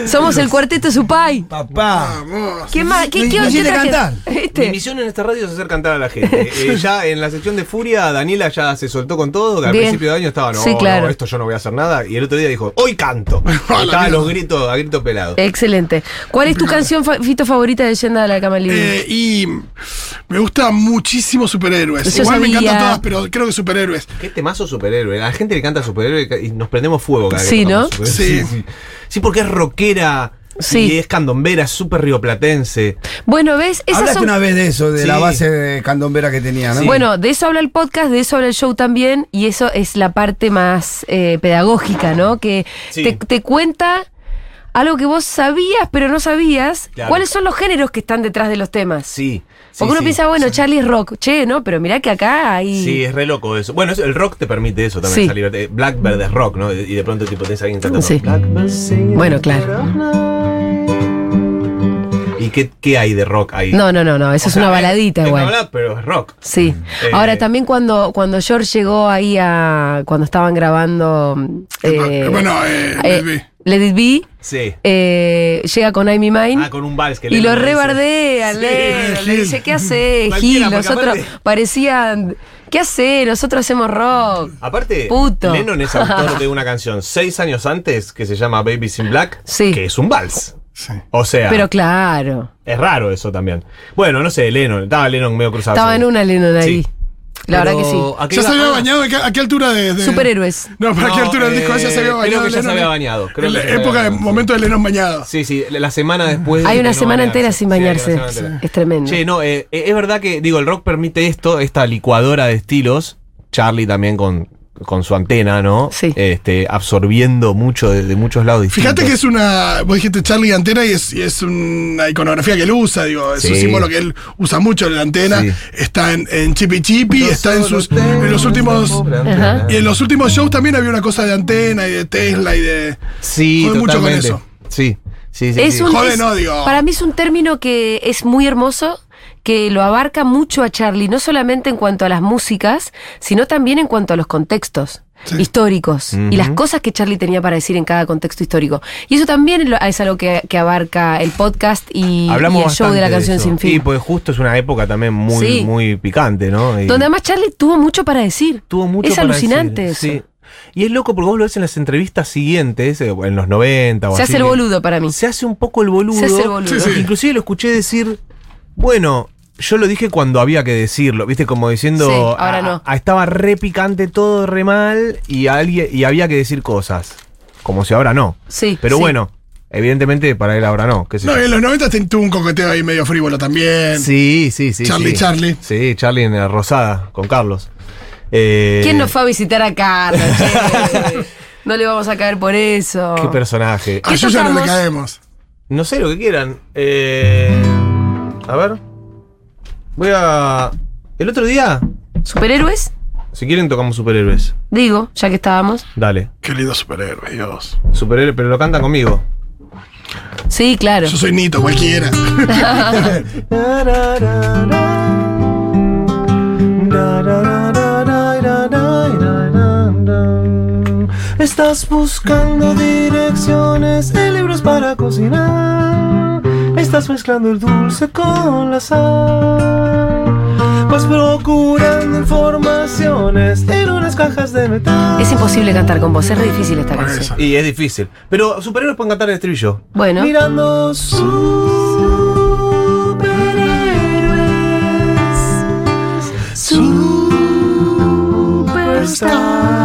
[SPEAKER 3] Somos el cuarteto Supai.
[SPEAKER 6] Papá.
[SPEAKER 4] Vamos.
[SPEAKER 3] ¿Qué más? ¿Qué,
[SPEAKER 6] Ni-
[SPEAKER 3] qué,
[SPEAKER 6] ni
[SPEAKER 3] qué
[SPEAKER 6] siquiera
[SPEAKER 3] traje?
[SPEAKER 6] cantar.
[SPEAKER 5] Mi
[SPEAKER 3] Este.
[SPEAKER 5] misión en esta radio es hacer cantar a la gente. Eh, ya en la sección de Furia, Daniela ya se soltó con todo, que al
[SPEAKER 3] Bien.
[SPEAKER 5] principio de año estaba, no,
[SPEAKER 3] Sí, claro.
[SPEAKER 5] no, esto yo no voy a hacer nada. Y el otro día dijo, hoy canto.
[SPEAKER 4] A la
[SPEAKER 5] estaba a los
[SPEAKER 4] mierda.
[SPEAKER 5] gritos, a grito pelado.
[SPEAKER 3] Excelente. ¿Cuál es tu canción fa- Fito favorita de Leyenda de la Cama Libre?
[SPEAKER 4] Eh, y me gusta muchísimo superhéroes.
[SPEAKER 3] Yo
[SPEAKER 4] Igual me
[SPEAKER 3] sabía.
[SPEAKER 4] encantan todas, pero creo que superhéroes.
[SPEAKER 5] Qué temazo superhéroe. La gente le canta superhéroe y nos prendemos fuego cada vez que
[SPEAKER 3] Sí,
[SPEAKER 5] tocamos
[SPEAKER 3] ¿no?
[SPEAKER 5] superhéroe.
[SPEAKER 4] Sí.
[SPEAKER 5] Sí, sí. Sí, porque es rockera.
[SPEAKER 3] Sí.
[SPEAKER 5] Y es candombera, es súper rioplatense.
[SPEAKER 3] bueno, ¿ves? Esas
[SPEAKER 6] Hablaste
[SPEAKER 3] son.
[SPEAKER 6] una vez de eso, de
[SPEAKER 5] Sí.
[SPEAKER 6] la base de candombera que tenía, ¿no?
[SPEAKER 3] Bueno, de eso habla el podcast, de eso habla el show también, y eso es la parte más eh, pedagógica, ¿no? Que
[SPEAKER 5] Sí.
[SPEAKER 3] te, te cuenta algo que vos sabías, pero no sabías.
[SPEAKER 5] Claro.
[SPEAKER 3] ¿Cuáles son los géneros que están detrás de los temas?
[SPEAKER 5] Sí. sí,
[SPEAKER 3] Porque uno
[SPEAKER 5] sí.
[SPEAKER 3] piensa, bueno, Charlie es rock, che, ¿no? Pero mirá que acá hay.
[SPEAKER 5] Sí, es re loco eso. Bueno, eso- el rock te permite eso también,
[SPEAKER 3] Sí.
[SPEAKER 5] esa libertad. Blackbird es rock, ¿no? Y de pronto tipo tenés a alguien cantando.
[SPEAKER 3] Sí.
[SPEAKER 5] Blackbird singing
[SPEAKER 3] Bueno, claro.
[SPEAKER 5] ¿Y qué, qué hay de rock ahí?
[SPEAKER 3] No, no, no, no, eso
[SPEAKER 5] O
[SPEAKER 3] es
[SPEAKER 5] sea,
[SPEAKER 3] una baladita
[SPEAKER 5] es
[SPEAKER 3] igual.
[SPEAKER 5] una balada, pero es rock.
[SPEAKER 3] Sí.
[SPEAKER 5] Eh,
[SPEAKER 3] Ahora también cuando, cuando George llegó ahí a. cuando estaban grabando.
[SPEAKER 5] Ah,
[SPEAKER 3] eh,
[SPEAKER 4] bueno, eh,
[SPEAKER 3] eh,
[SPEAKER 4] Let It
[SPEAKER 3] Let It Be,
[SPEAKER 5] Sí.
[SPEAKER 3] eh, llega con I'm Mine.
[SPEAKER 5] Ah, con un vals que
[SPEAKER 3] y lo
[SPEAKER 5] Lennon hizo.
[SPEAKER 3] rebardea,
[SPEAKER 5] Sí,
[SPEAKER 3] Lennon, le
[SPEAKER 4] Gil.
[SPEAKER 3] dice, ¿qué hace
[SPEAKER 5] Cualquiera,
[SPEAKER 3] Gil?
[SPEAKER 5] porque
[SPEAKER 3] Nosotros
[SPEAKER 5] aparte-
[SPEAKER 3] parecían, ¿qué hace? Nosotros hacemos rock.
[SPEAKER 5] Aparte,
[SPEAKER 3] Puto.
[SPEAKER 5] Lennon es autor de una canción seis años antes que se llama Baby in Black,
[SPEAKER 3] Sí.
[SPEAKER 5] que es un vals.
[SPEAKER 4] Sí.
[SPEAKER 5] O sea,
[SPEAKER 3] Pero claro,
[SPEAKER 5] es raro eso también. Bueno, no sé, Lennon, estaba Lennon medio cruzado.
[SPEAKER 3] estaba en una Lennon ahí.
[SPEAKER 5] Sí.
[SPEAKER 3] La verdad que sí.
[SPEAKER 5] Pero, ¿a qué
[SPEAKER 4] Ya
[SPEAKER 5] iba?
[SPEAKER 4] se había
[SPEAKER 5] Ah,
[SPEAKER 4] bañado. ¿A qué, a qué altura de.? de-
[SPEAKER 3] Superhéroes.
[SPEAKER 4] No, ¿para qué
[SPEAKER 5] No,
[SPEAKER 4] altura del disco? Ya se había
[SPEAKER 5] eh,
[SPEAKER 4] bañado.
[SPEAKER 5] creo que ya
[SPEAKER 4] Lennon.
[SPEAKER 5] se había bañado, creo que
[SPEAKER 4] En
[SPEAKER 5] ya
[SPEAKER 4] la
[SPEAKER 5] se había
[SPEAKER 4] época, de,
[SPEAKER 5] bañado, sí.
[SPEAKER 4] momento de Lennon bañado.
[SPEAKER 5] Sí, sí, la semana después. de
[SPEAKER 3] Hay
[SPEAKER 5] que
[SPEAKER 3] una
[SPEAKER 5] no
[SPEAKER 3] semana
[SPEAKER 5] bañarse.
[SPEAKER 3] entera sin
[SPEAKER 5] Sí, hay una
[SPEAKER 3] bañarse.
[SPEAKER 5] semana entera.
[SPEAKER 3] Es tremendo.
[SPEAKER 5] Che, no, eh, eh, es verdad que, digo, el rock permite esto, esta licuadora de estilos. Charlie también con, con su antena, ¿no?
[SPEAKER 3] Sí.
[SPEAKER 5] Este, absorbiendo mucho de, de muchos lados distintos.
[SPEAKER 4] Fíjate que es una. Vos dijiste Charlie Antena y es, y es una iconografía que él usa, digo, es un
[SPEAKER 5] Sí.
[SPEAKER 4] símbolo que él usa mucho en la antena.
[SPEAKER 5] Sí.
[SPEAKER 4] Está en, en Chippy Chippy,
[SPEAKER 5] Yo
[SPEAKER 4] está en
[SPEAKER 5] solo
[SPEAKER 4] sus.
[SPEAKER 5] tengo
[SPEAKER 4] En los
[SPEAKER 5] esta
[SPEAKER 4] últimos.
[SPEAKER 5] pobre
[SPEAKER 3] Ajá.
[SPEAKER 5] antena.
[SPEAKER 4] Y en los últimos shows también había una cosa de antena y de Tesla y de.
[SPEAKER 5] Sí,
[SPEAKER 4] Jode mucho con
[SPEAKER 5] totalmente.
[SPEAKER 4] eso.
[SPEAKER 5] Sí, sí, sí.
[SPEAKER 3] Es
[SPEAKER 5] sí.
[SPEAKER 3] un,
[SPEAKER 4] Joder,
[SPEAKER 3] es-
[SPEAKER 4] no, digo.
[SPEAKER 3] Para mí es un término que es muy hermoso, que lo abarca mucho a Charlie, no solamente en cuanto a las músicas, sino también en cuanto a los contextos históricos y las cosas que Charlie tenía para decir en cada contexto histórico. Y eso también lo- es algo que, que abarca el podcast y,
[SPEAKER 5] Hablamos
[SPEAKER 3] y el show
[SPEAKER 5] bastante
[SPEAKER 3] de la canción
[SPEAKER 5] eso.
[SPEAKER 3] sin
[SPEAKER 5] Y
[SPEAKER 3] fin.
[SPEAKER 5] pues justo es una época también muy,
[SPEAKER 3] Sí.
[SPEAKER 5] muy picante, ¿no? Y-
[SPEAKER 3] donde además Charlie tuvo mucho para decir.
[SPEAKER 5] tuvo mucho
[SPEAKER 3] es
[SPEAKER 5] para
[SPEAKER 3] alucinante
[SPEAKER 5] decir,
[SPEAKER 3] eso.
[SPEAKER 5] sí. Ah, Y es loco porque vos lo ves en las entrevistas siguientes, eh, en los 90 o
[SPEAKER 3] Se
[SPEAKER 5] así
[SPEAKER 3] hace el
[SPEAKER 5] que-
[SPEAKER 3] boludo para mí.
[SPEAKER 5] Se hace un poco el boludo.
[SPEAKER 3] Se hace el boludo.
[SPEAKER 4] Sí, sí.
[SPEAKER 5] Inclusive lo escuché decir, bueno, yo lo dije cuando había que decirlo, viste, como diciendo,
[SPEAKER 3] Sí, ahora
[SPEAKER 5] "Ah,
[SPEAKER 3] no".
[SPEAKER 5] ah, estaba re picante todo, re mal, y, alguien, y había que decir cosas, como si ahora no.
[SPEAKER 3] Sí,
[SPEAKER 5] Pero
[SPEAKER 3] sí.
[SPEAKER 5] bueno, evidentemente para él ahora no. qué sé
[SPEAKER 4] No,
[SPEAKER 5] yo.
[SPEAKER 4] y en los 90 ten- tuvo un coqueteo ahí medio frívolo también.
[SPEAKER 5] Sí, sí, sí.
[SPEAKER 4] Charlie,
[SPEAKER 5] sí.
[SPEAKER 4] Charlie.
[SPEAKER 5] Sí, Charlie en la Rosada, con Carlos. Eh,
[SPEAKER 3] ¿Quién nos fue a visitar a Carlos? che? no le vamos a caer por eso.
[SPEAKER 5] Qué personaje.
[SPEAKER 3] Ah.
[SPEAKER 4] A Yuya no le
[SPEAKER 3] tocamos?
[SPEAKER 4] caemos.
[SPEAKER 5] No sé lo que quieran. Eh, a ver. Voy a. El otro día,
[SPEAKER 3] ¿Superhéroes?
[SPEAKER 5] si quieren, tocamos superhéroes.
[SPEAKER 3] Digo, ya que estábamos.
[SPEAKER 5] Dale.
[SPEAKER 4] Qué lindo superhéroe, Dios.
[SPEAKER 5] Superhéroes, pero lo cantan conmigo.
[SPEAKER 3] Sí, claro.
[SPEAKER 4] Yo soy Nito, cualquiera.
[SPEAKER 5] Estás buscando direcciones de libros para cocinar. Estás mezclando el dulce con la sal. Vas procurando informaciones en unas cajas de metal.
[SPEAKER 3] Es imposible cantar con vos, es re difícil esta canción.
[SPEAKER 4] eso.
[SPEAKER 5] Y es difícil. Pero superhéroes pueden cantar el estribillo.
[SPEAKER 3] Bueno,
[SPEAKER 5] Mirando superhéroes.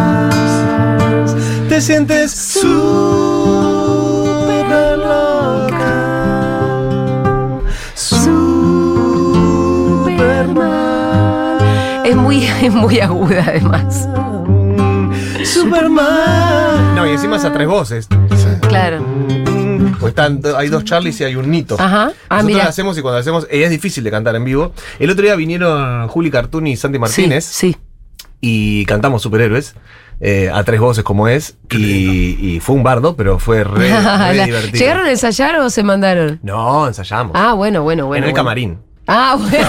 [SPEAKER 5] Superstars. Te sientes super loca. Superman.
[SPEAKER 3] es muy, es muy aguda además.
[SPEAKER 5] Superman. No, y encima es a tres voces.
[SPEAKER 3] Claro.
[SPEAKER 5] Pues están, hay dos Charlies y hay un Nito.
[SPEAKER 3] Ajá. Ah,
[SPEAKER 5] Nosotros
[SPEAKER 3] mira.
[SPEAKER 5] la hacemos y cuando la hacemos eh, es difícil de cantar en vivo. El otro día vinieron Juli Cartuni y Santi Martínez
[SPEAKER 3] Sí, sí.
[SPEAKER 5] y cantamos superhéroes eh, a tres voces como es y, y fue un bardo, pero fue re, re
[SPEAKER 3] La-
[SPEAKER 5] divertido.
[SPEAKER 3] ¿Llegaron a ensayar o se mandaron?
[SPEAKER 5] No, ensayamos.
[SPEAKER 3] Ah, bueno, bueno, bueno.
[SPEAKER 5] en el
[SPEAKER 3] bueno.
[SPEAKER 5] camarín.
[SPEAKER 3] Ah, bueno.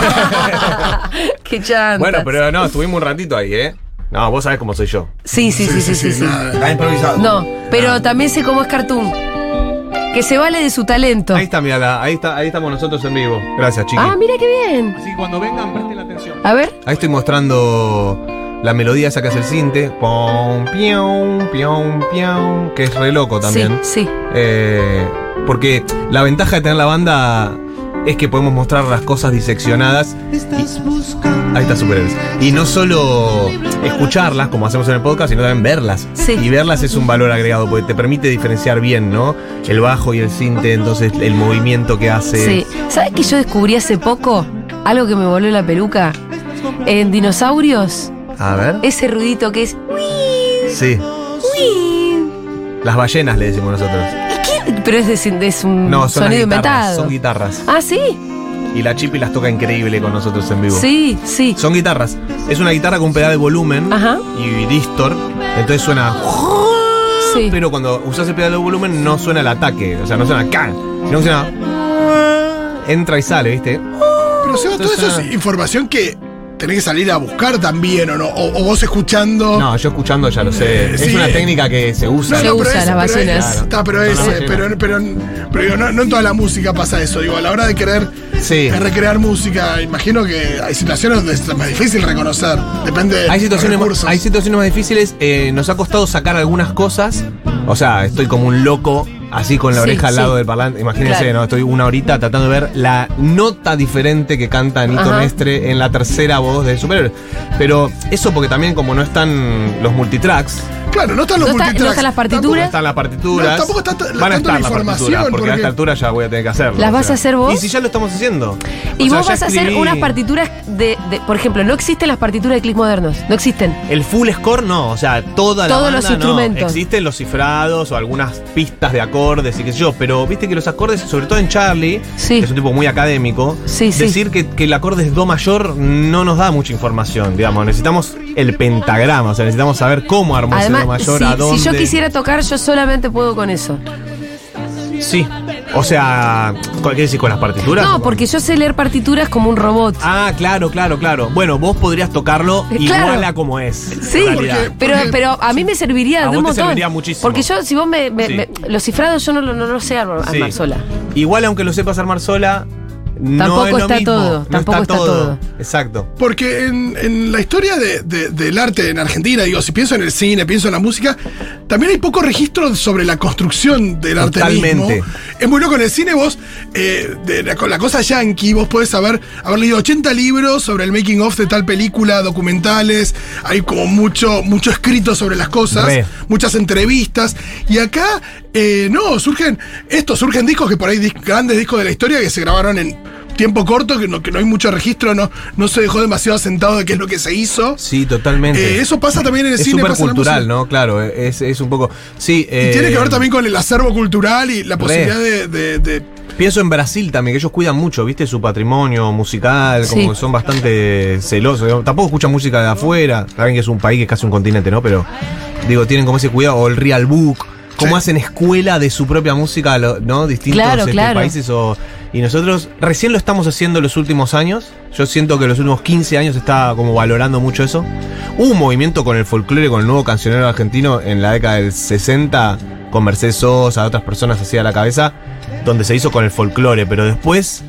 [SPEAKER 3] Qué chantas.
[SPEAKER 5] Bueno, pero no, estuvimos un ratito ahí, ¿eh? No, vos sabés cómo soy yo.
[SPEAKER 3] Sí, sí, sí, sí, sí. sí.
[SPEAKER 6] La ha Ah, improvisado.
[SPEAKER 3] No, pero también sé cómo es Cartoon. Que se vale de su talento.
[SPEAKER 5] Ahí está, mira, la- ahí, está, ahí estamos nosotros en vivo. Gracias, chiqui.
[SPEAKER 3] Ah, mira qué bien.
[SPEAKER 5] Así que cuando vengan, presten atención.
[SPEAKER 3] A ver.
[SPEAKER 5] Ahí estoy mostrando la melodía esa que hace el cinte. Pom, pion, pion, pion. Que es re loco también.
[SPEAKER 3] Sí, sí.
[SPEAKER 5] Eh, porque la ventaja de tener la banda es que podemos mostrar las cosas diseccionadas.
[SPEAKER 2] Estás buscando
[SPEAKER 5] Ahí está Superhéroes. Y no solo escucharlas, como hacemos en el podcast, sino también verlas.
[SPEAKER 3] Sí.
[SPEAKER 5] Y verlas es un valor agregado, porque te permite diferenciar bien, ¿no? El bajo y el cinte, entonces el movimiento que hace.
[SPEAKER 3] Sí. ¿Sabes que yo descubrí hace poco algo que me voló la peluca? En dinosaurios,
[SPEAKER 5] A ver.
[SPEAKER 3] ese ruidito que es.
[SPEAKER 5] Sí. Las ballenas le decimos nosotros.
[SPEAKER 3] Pero es, de, es un
[SPEAKER 5] No, son
[SPEAKER 3] Mm, sonido
[SPEAKER 5] las guitarras.
[SPEAKER 3] inventado.
[SPEAKER 5] Son guitarras.
[SPEAKER 3] ah, sí.
[SPEAKER 5] Y la Chipi las toca increíble con nosotros en vivo.
[SPEAKER 3] Sí, sí.
[SPEAKER 5] Son guitarras. Es una guitarra con pedal de volumen
[SPEAKER 3] Ajá.
[SPEAKER 5] y distor. Entonces suena.
[SPEAKER 3] Sí.
[SPEAKER 5] Pero cuando usas el pedal de volumen no suena el ataque. O sea, no suena can. Sino que suena. Entra y sale, ¿viste?
[SPEAKER 4] Pero Seba, todo eso es información que tenés que salir a buscar también, ¿o no? O, o vos escuchando.
[SPEAKER 5] No, yo escuchando ya lo sé.
[SPEAKER 4] Eh,
[SPEAKER 5] es
[SPEAKER 4] sí.
[SPEAKER 5] una técnica que se usa.
[SPEAKER 3] Oh. Se
[SPEAKER 4] pero
[SPEAKER 3] usa las
[SPEAKER 4] es- pero es-
[SPEAKER 3] ballenas.
[SPEAKER 4] Está, pero
[SPEAKER 5] Son las
[SPEAKER 4] es-
[SPEAKER 5] ballenas.
[SPEAKER 4] pero, pero, pero digo, no, no en toda la música pasa eso. Digo, a la hora de querer
[SPEAKER 5] Sí.
[SPEAKER 4] de recrear música, imagino que hay situaciones donde es más difícil reconocer. Depende de
[SPEAKER 5] Hay situaciones,
[SPEAKER 4] recursos.
[SPEAKER 5] más, hay situaciones más difíciles. eh, nos ha costado sacar algunas cosas. O sea, estoy como un loco, así con la
[SPEAKER 3] Sí,
[SPEAKER 5] oreja al
[SPEAKER 3] sí.
[SPEAKER 5] lado del parlante. Imagínense,
[SPEAKER 3] Claro.
[SPEAKER 5] ¿no? Estoy una horita tratando de ver la nota diferente que canta Nito
[SPEAKER 3] Ajá.
[SPEAKER 5] Mestre en la tercera voz de Superhéroes. Pero eso porque también, como no están los multitracks,
[SPEAKER 4] Claro, no están los
[SPEAKER 3] No está- no
[SPEAKER 4] multitracks.
[SPEAKER 3] están las
[SPEAKER 4] Tampoco-
[SPEAKER 5] no
[SPEAKER 3] partituras.
[SPEAKER 5] están las partituras.
[SPEAKER 4] No, tampoco está t-
[SPEAKER 5] van a
[SPEAKER 4] tanto la
[SPEAKER 5] estar las partituras,
[SPEAKER 4] información,
[SPEAKER 5] porque, a esta
[SPEAKER 4] porque-
[SPEAKER 5] altura ya voy a tener que hacerlo.
[SPEAKER 3] ¿Las vas a hacer vos?
[SPEAKER 5] Y si ya lo estamos haciendo.
[SPEAKER 3] Y
[SPEAKER 5] O sea,
[SPEAKER 3] vos
[SPEAKER 5] ya
[SPEAKER 3] vas a hacer
[SPEAKER 5] escribí-
[SPEAKER 3] unas partituras de, de- Por ejemplo, no existen las partituras de clics modernos. No existen.
[SPEAKER 5] El full score no, o sea, toda la
[SPEAKER 3] Todos
[SPEAKER 5] banda
[SPEAKER 3] los
[SPEAKER 5] no.
[SPEAKER 3] instrumentos.
[SPEAKER 5] Existen los cifrados o algunas pistas de acordes y qué sé yo, pero viste que los acordes, sobre todo en Charlie,
[SPEAKER 3] Sí.
[SPEAKER 5] que es un tipo muy académico,
[SPEAKER 3] Sí, sí.
[SPEAKER 5] decir que, que el acorde es do mayor no nos da mucha información, digamos, necesitamos el pentagrama, o sea, necesitamos saber cómo armar ese do
[SPEAKER 3] Además,
[SPEAKER 5] mayor, a
[SPEAKER 3] si,
[SPEAKER 5] dónde.
[SPEAKER 3] si yo quisiera tocar, yo solamente puedo con eso.
[SPEAKER 5] Sí. O sea, ¿con- ¿qué decís con las partituras?
[SPEAKER 3] No, porque yo sé leer partituras como un robot.
[SPEAKER 5] Ah, claro, claro, claro. Bueno, vos podrías tocarlo
[SPEAKER 3] Eh, Claro.
[SPEAKER 5] igual a como es.
[SPEAKER 3] Sí,
[SPEAKER 5] en realidad.
[SPEAKER 3] pero, pero a mí me serviría
[SPEAKER 5] A
[SPEAKER 3] de un
[SPEAKER 5] vos te
[SPEAKER 3] montón.
[SPEAKER 5] serviría muchísimo.
[SPEAKER 3] Porque yo, si vos me. me-
[SPEAKER 5] Sí.
[SPEAKER 3] me- los cifrados yo no, lo- no lo sé armar,
[SPEAKER 5] Sí.
[SPEAKER 3] armar sola.
[SPEAKER 5] Igual aunque lo sepas armar sola,
[SPEAKER 3] Tampoco
[SPEAKER 5] no es lo
[SPEAKER 3] está
[SPEAKER 5] mismo.
[SPEAKER 3] todo,
[SPEAKER 5] No
[SPEAKER 3] tampoco está todo.
[SPEAKER 5] Exacto.
[SPEAKER 4] Porque en, en la historia de- de- del arte en Argentina, digo, si pienso en el cine, pienso en la música, también hay poco registro sobre la construcción del arte
[SPEAKER 5] Totalmente.
[SPEAKER 4] mismo. Es muy loco en el cine, vos, eh, de la, con la cosa yankee, vos podés haber, haber leído 80 libros sobre el making of de tal película, documentales, hay como mucho, mucho escrito sobre las cosas,
[SPEAKER 5] Re.
[SPEAKER 4] muchas entrevistas, y acá, eh, no, surgen, estos surgen discos que por ahí, dis- grandes discos de la historia que se grabaron en tiempo corto, que no, que no hay mucho registro, no, no se dejó demasiado asentado de qué es lo que se hizo.
[SPEAKER 5] Sí, totalmente.
[SPEAKER 4] Eh, eso pasa también en el
[SPEAKER 5] es
[SPEAKER 4] cine.
[SPEAKER 5] súper
[SPEAKER 4] pasa en la
[SPEAKER 5] cultural,
[SPEAKER 4] música.
[SPEAKER 5] ¿no? Claro, eh, es, es un poco. Sí. eh,
[SPEAKER 4] Y tiene que ver también con el acervo cultural y la posibilidad de, de- de-
[SPEAKER 5] Pienso en Brasil también, que ellos cuidan mucho, ¿viste? Su patrimonio musical, como
[SPEAKER 3] Sí.
[SPEAKER 5] que son bastante celosos. digamos. Tampoco escuchan música de afuera. Saben que es un país que es casi un continente, ¿no? Pero, digo, tienen como ese cuidado. O el Real Book. Cómo
[SPEAKER 4] Sí.
[SPEAKER 5] hacen escuela de su propia música, lo- ¿no? Distintos
[SPEAKER 3] Claro,
[SPEAKER 5] este,
[SPEAKER 3] claro.
[SPEAKER 5] países. o- y nosotros recién lo estamos haciendo en los últimos años. Yo siento que los últimos 15 años está como valorando mucho eso. Hubo un movimiento con el folclore, con el nuevo cancionero argentino en la década del 60, con Mercedes Sosa, otras personas así a la cabeza, donde se hizo con el folclore, pero después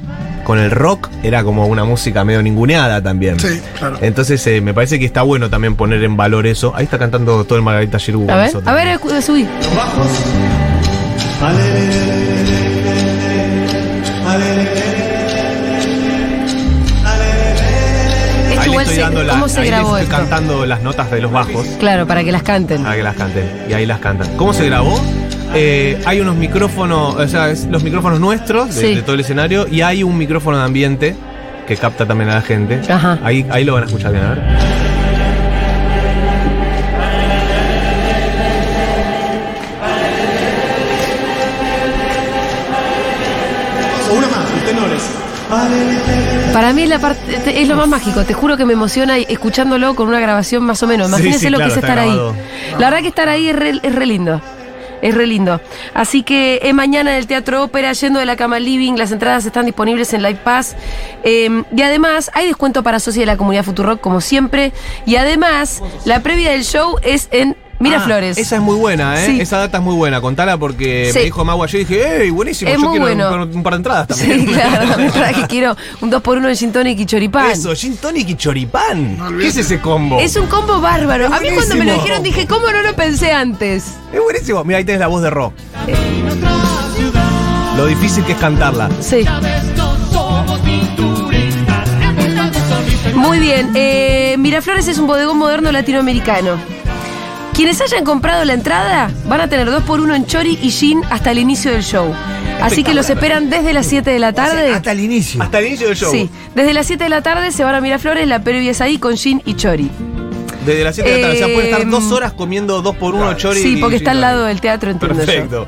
[SPEAKER 5] con el rock era como una música medio ninguneada también.
[SPEAKER 4] Sí, claro.
[SPEAKER 5] Entonces eh, me parece que está bueno también poner en valor eso. Ahí está cantando todo el Margarita Girú.
[SPEAKER 3] A ver, a ver, escu- subí.
[SPEAKER 2] bajos.
[SPEAKER 3] Esto
[SPEAKER 5] Ahí le
[SPEAKER 3] igual
[SPEAKER 5] estoy
[SPEAKER 3] se-
[SPEAKER 5] dando la-
[SPEAKER 3] ¿Cómo se
[SPEAKER 5] ahí le
[SPEAKER 3] grabó
[SPEAKER 5] estoy
[SPEAKER 3] esto?
[SPEAKER 5] cantando las notas de los bajos.
[SPEAKER 3] Claro, para que las canten.
[SPEAKER 5] Para Ah, que las canten. Y ahí las cantan. ¿Cómo se grabó? Eh, hay unos micrófonos, o sea, es los micrófonos nuestros de,
[SPEAKER 3] Sí.
[SPEAKER 5] de todo el escenario y hay un micrófono de ambiente que capta también a la gente.
[SPEAKER 3] Ajá.
[SPEAKER 5] Ahí, ahí lo van a escuchar bien, a ver.
[SPEAKER 2] Una más, los tenores.
[SPEAKER 3] Para mí es, la parte- te- es lo más mágico. Te juro que me emociona y- escuchándolo con una grabación más o menos.
[SPEAKER 5] Sí,
[SPEAKER 3] Imagínense
[SPEAKER 5] sí,
[SPEAKER 3] lo
[SPEAKER 5] claro,
[SPEAKER 3] que es
[SPEAKER 5] está
[SPEAKER 3] estar
[SPEAKER 5] grabado.
[SPEAKER 3] ahí. La verdad que estar ahí es re, es re lindo. Es re lindo. Así que es mañana en el Teatro Ópera, yendo de la cama al living. Las entradas están disponibles en Live Pass. Eh, y además, hay descuento para socios de la comunidad Futurock, como siempre. Y además, la previa del show es en Miraflores.
[SPEAKER 5] Ah, esa es muy buena, ¿eh?
[SPEAKER 3] Sí.
[SPEAKER 5] Esa data es muy buena. Contala porque
[SPEAKER 3] Sí.
[SPEAKER 5] me dijo Mago ayer y dije, ¡ey, buenísimo!
[SPEAKER 3] Es
[SPEAKER 5] yo
[SPEAKER 3] muy
[SPEAKER 5] quiero un
[SPEAKER 3] bueno.
[SPEAKER 5] par- un, par de entradas
[SPEAKER 3] Sí,
[SPEAKER 5] también.
[SPEAKER 3] claro, me traje que quiero un 2x1 en gin tonic y choripán.
[SPEAKER 5] Eso, gin tonic y choripán.
[SPEAKER 4] No
[SPEAKER 5] ¿Qué
[SPEAKER 4] olvides.
[SPEAKER 5] es ese combo?
[SPEAKER 3] Es un combo bárbaro. A mí cuando me lo
[SPEAKER 5] buenísimo.
[SPEAKER 3] dijeron dije, ¿cómo no lo pensé antes?
[SPEAKER 5] Es buenísimo. Mira, ahí tenés la voz de Ro. Lo difícil que es cantarla.
[SPEAKER 3] Sí. Muy bien. eh, Miraflores es un bodegón moderno latinoamericano. Quienes hayan comprado la entrada van a tener 2 por 1 en Chori y Gin hasta el inicio del show. Así que los esperan desde las 7 de la tarde.
[SPEAKER 6] Hasta el inicio.
[SPEAKER 5] Hasta el inicio del show.
[SPEAKER 3] Sí, desde las 7 de la tarde se van a Miraflores, la previa es ahí con Gin y Chori.
[SPEAKER 5] Desde las 7 de la tarde. O sea, puede estar
[SPEAKER 3] Eh,
[SPEAKER 5] dos horas comiendo dos por uno chori.
[SPEAKER 3] Sí,
[SPEAKER 5] y
[SPEAKER 3] porque
[SPEAKER 5] gin
[SPEAKER 3] está al
[SPEAKER 5] tonic.
[SPEAKER 3] lado del teatro, entiendo yo.
[SPEAKER 5] Perfecto.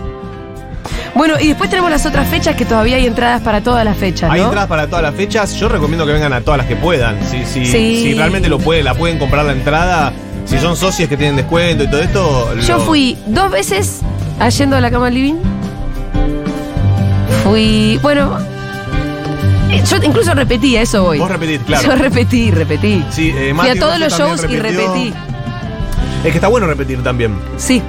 [SPEAKER 3] Bueno, y después tenemos las otras fechas que todavía hay entradas para todas las fechas, ¿no?
[SPEAKER 5] Hay entradas para todas las fechas. Yo recomiendo que vengan a todas las que puedan. Si, si,
[SPEAKER 3] Sí.
[SPEAKER 5] si realmente lo pueden, la pueden comprar la entrada. Si son socios que tienen descuento y todo esto.
[SPEAKER 3] Yo
[SPEAKER 5] lo-
[SPEAKER 3] fui dos veces a yendo a la cama al living. Fui. Bueno. eh, Yo incluso repetí, a eso voy.
[SPEAKER 5] Vos repetís, claro.
[SPEAKER 3] Yo repetí, repetí.
[SPEAKER 5] Sí, eh,
[SPEAKER 3] Fui
[SPEAKER 5] Mati
[SPEAKER 3] a todos
[SPEAKER 5] Rosso
[SPEAKER 3] los
[SPEAKER 5] también
[SPEAKER 3] shows y
[SPEAKER 5] repitió.
[SPEAKER 3] repetí.
[SPEAKER 5] Es que está bueno repetir también.
[SPEAKER 3] Sí.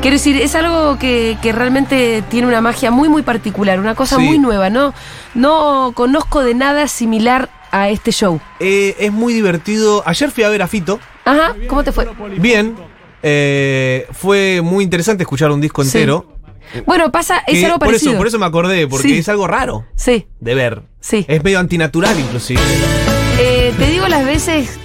[SPEAKER 3] Quiero decir, es algo que, que realmente tiene una magia muy, muy particular, una cosa
[SPEAKER 5] Sí.
[SPEAKER 3] muy nueva, ¿no? No conozco de nada similar a este show.
[SPEAKER 5] Eh, es muy divertido. Ayer fui a ver a Fito.
[SPEAKER 3] Ajá, ¿cómo te fue?
[SPEAKER 5] Bien. Eh, fue muy interesante escuchar un disco
[SPEAKER 3] Sí.
[SPEAKER 5] entero.
[SPEAKER 3] Bueno, pasa, es
[SPEAKER 5] Que
[SPEAKER 3] algo
[SPEAKER 5] Eh, por
[SPEAKER 3] parecido.
[SPEAKER 5] eso, por eso me acordé, porque
[SPEAKER 3] Sí.
[SPEAKER 5] es algo raro
[SPEAKER 3] Sí,
[SPEAKER 5] de ver.
[SPEAKER 3] sí.
[SPEAKER 5] Es medio antinatural inclusive.
[SPEAKER 3] Eh, te digo las veces.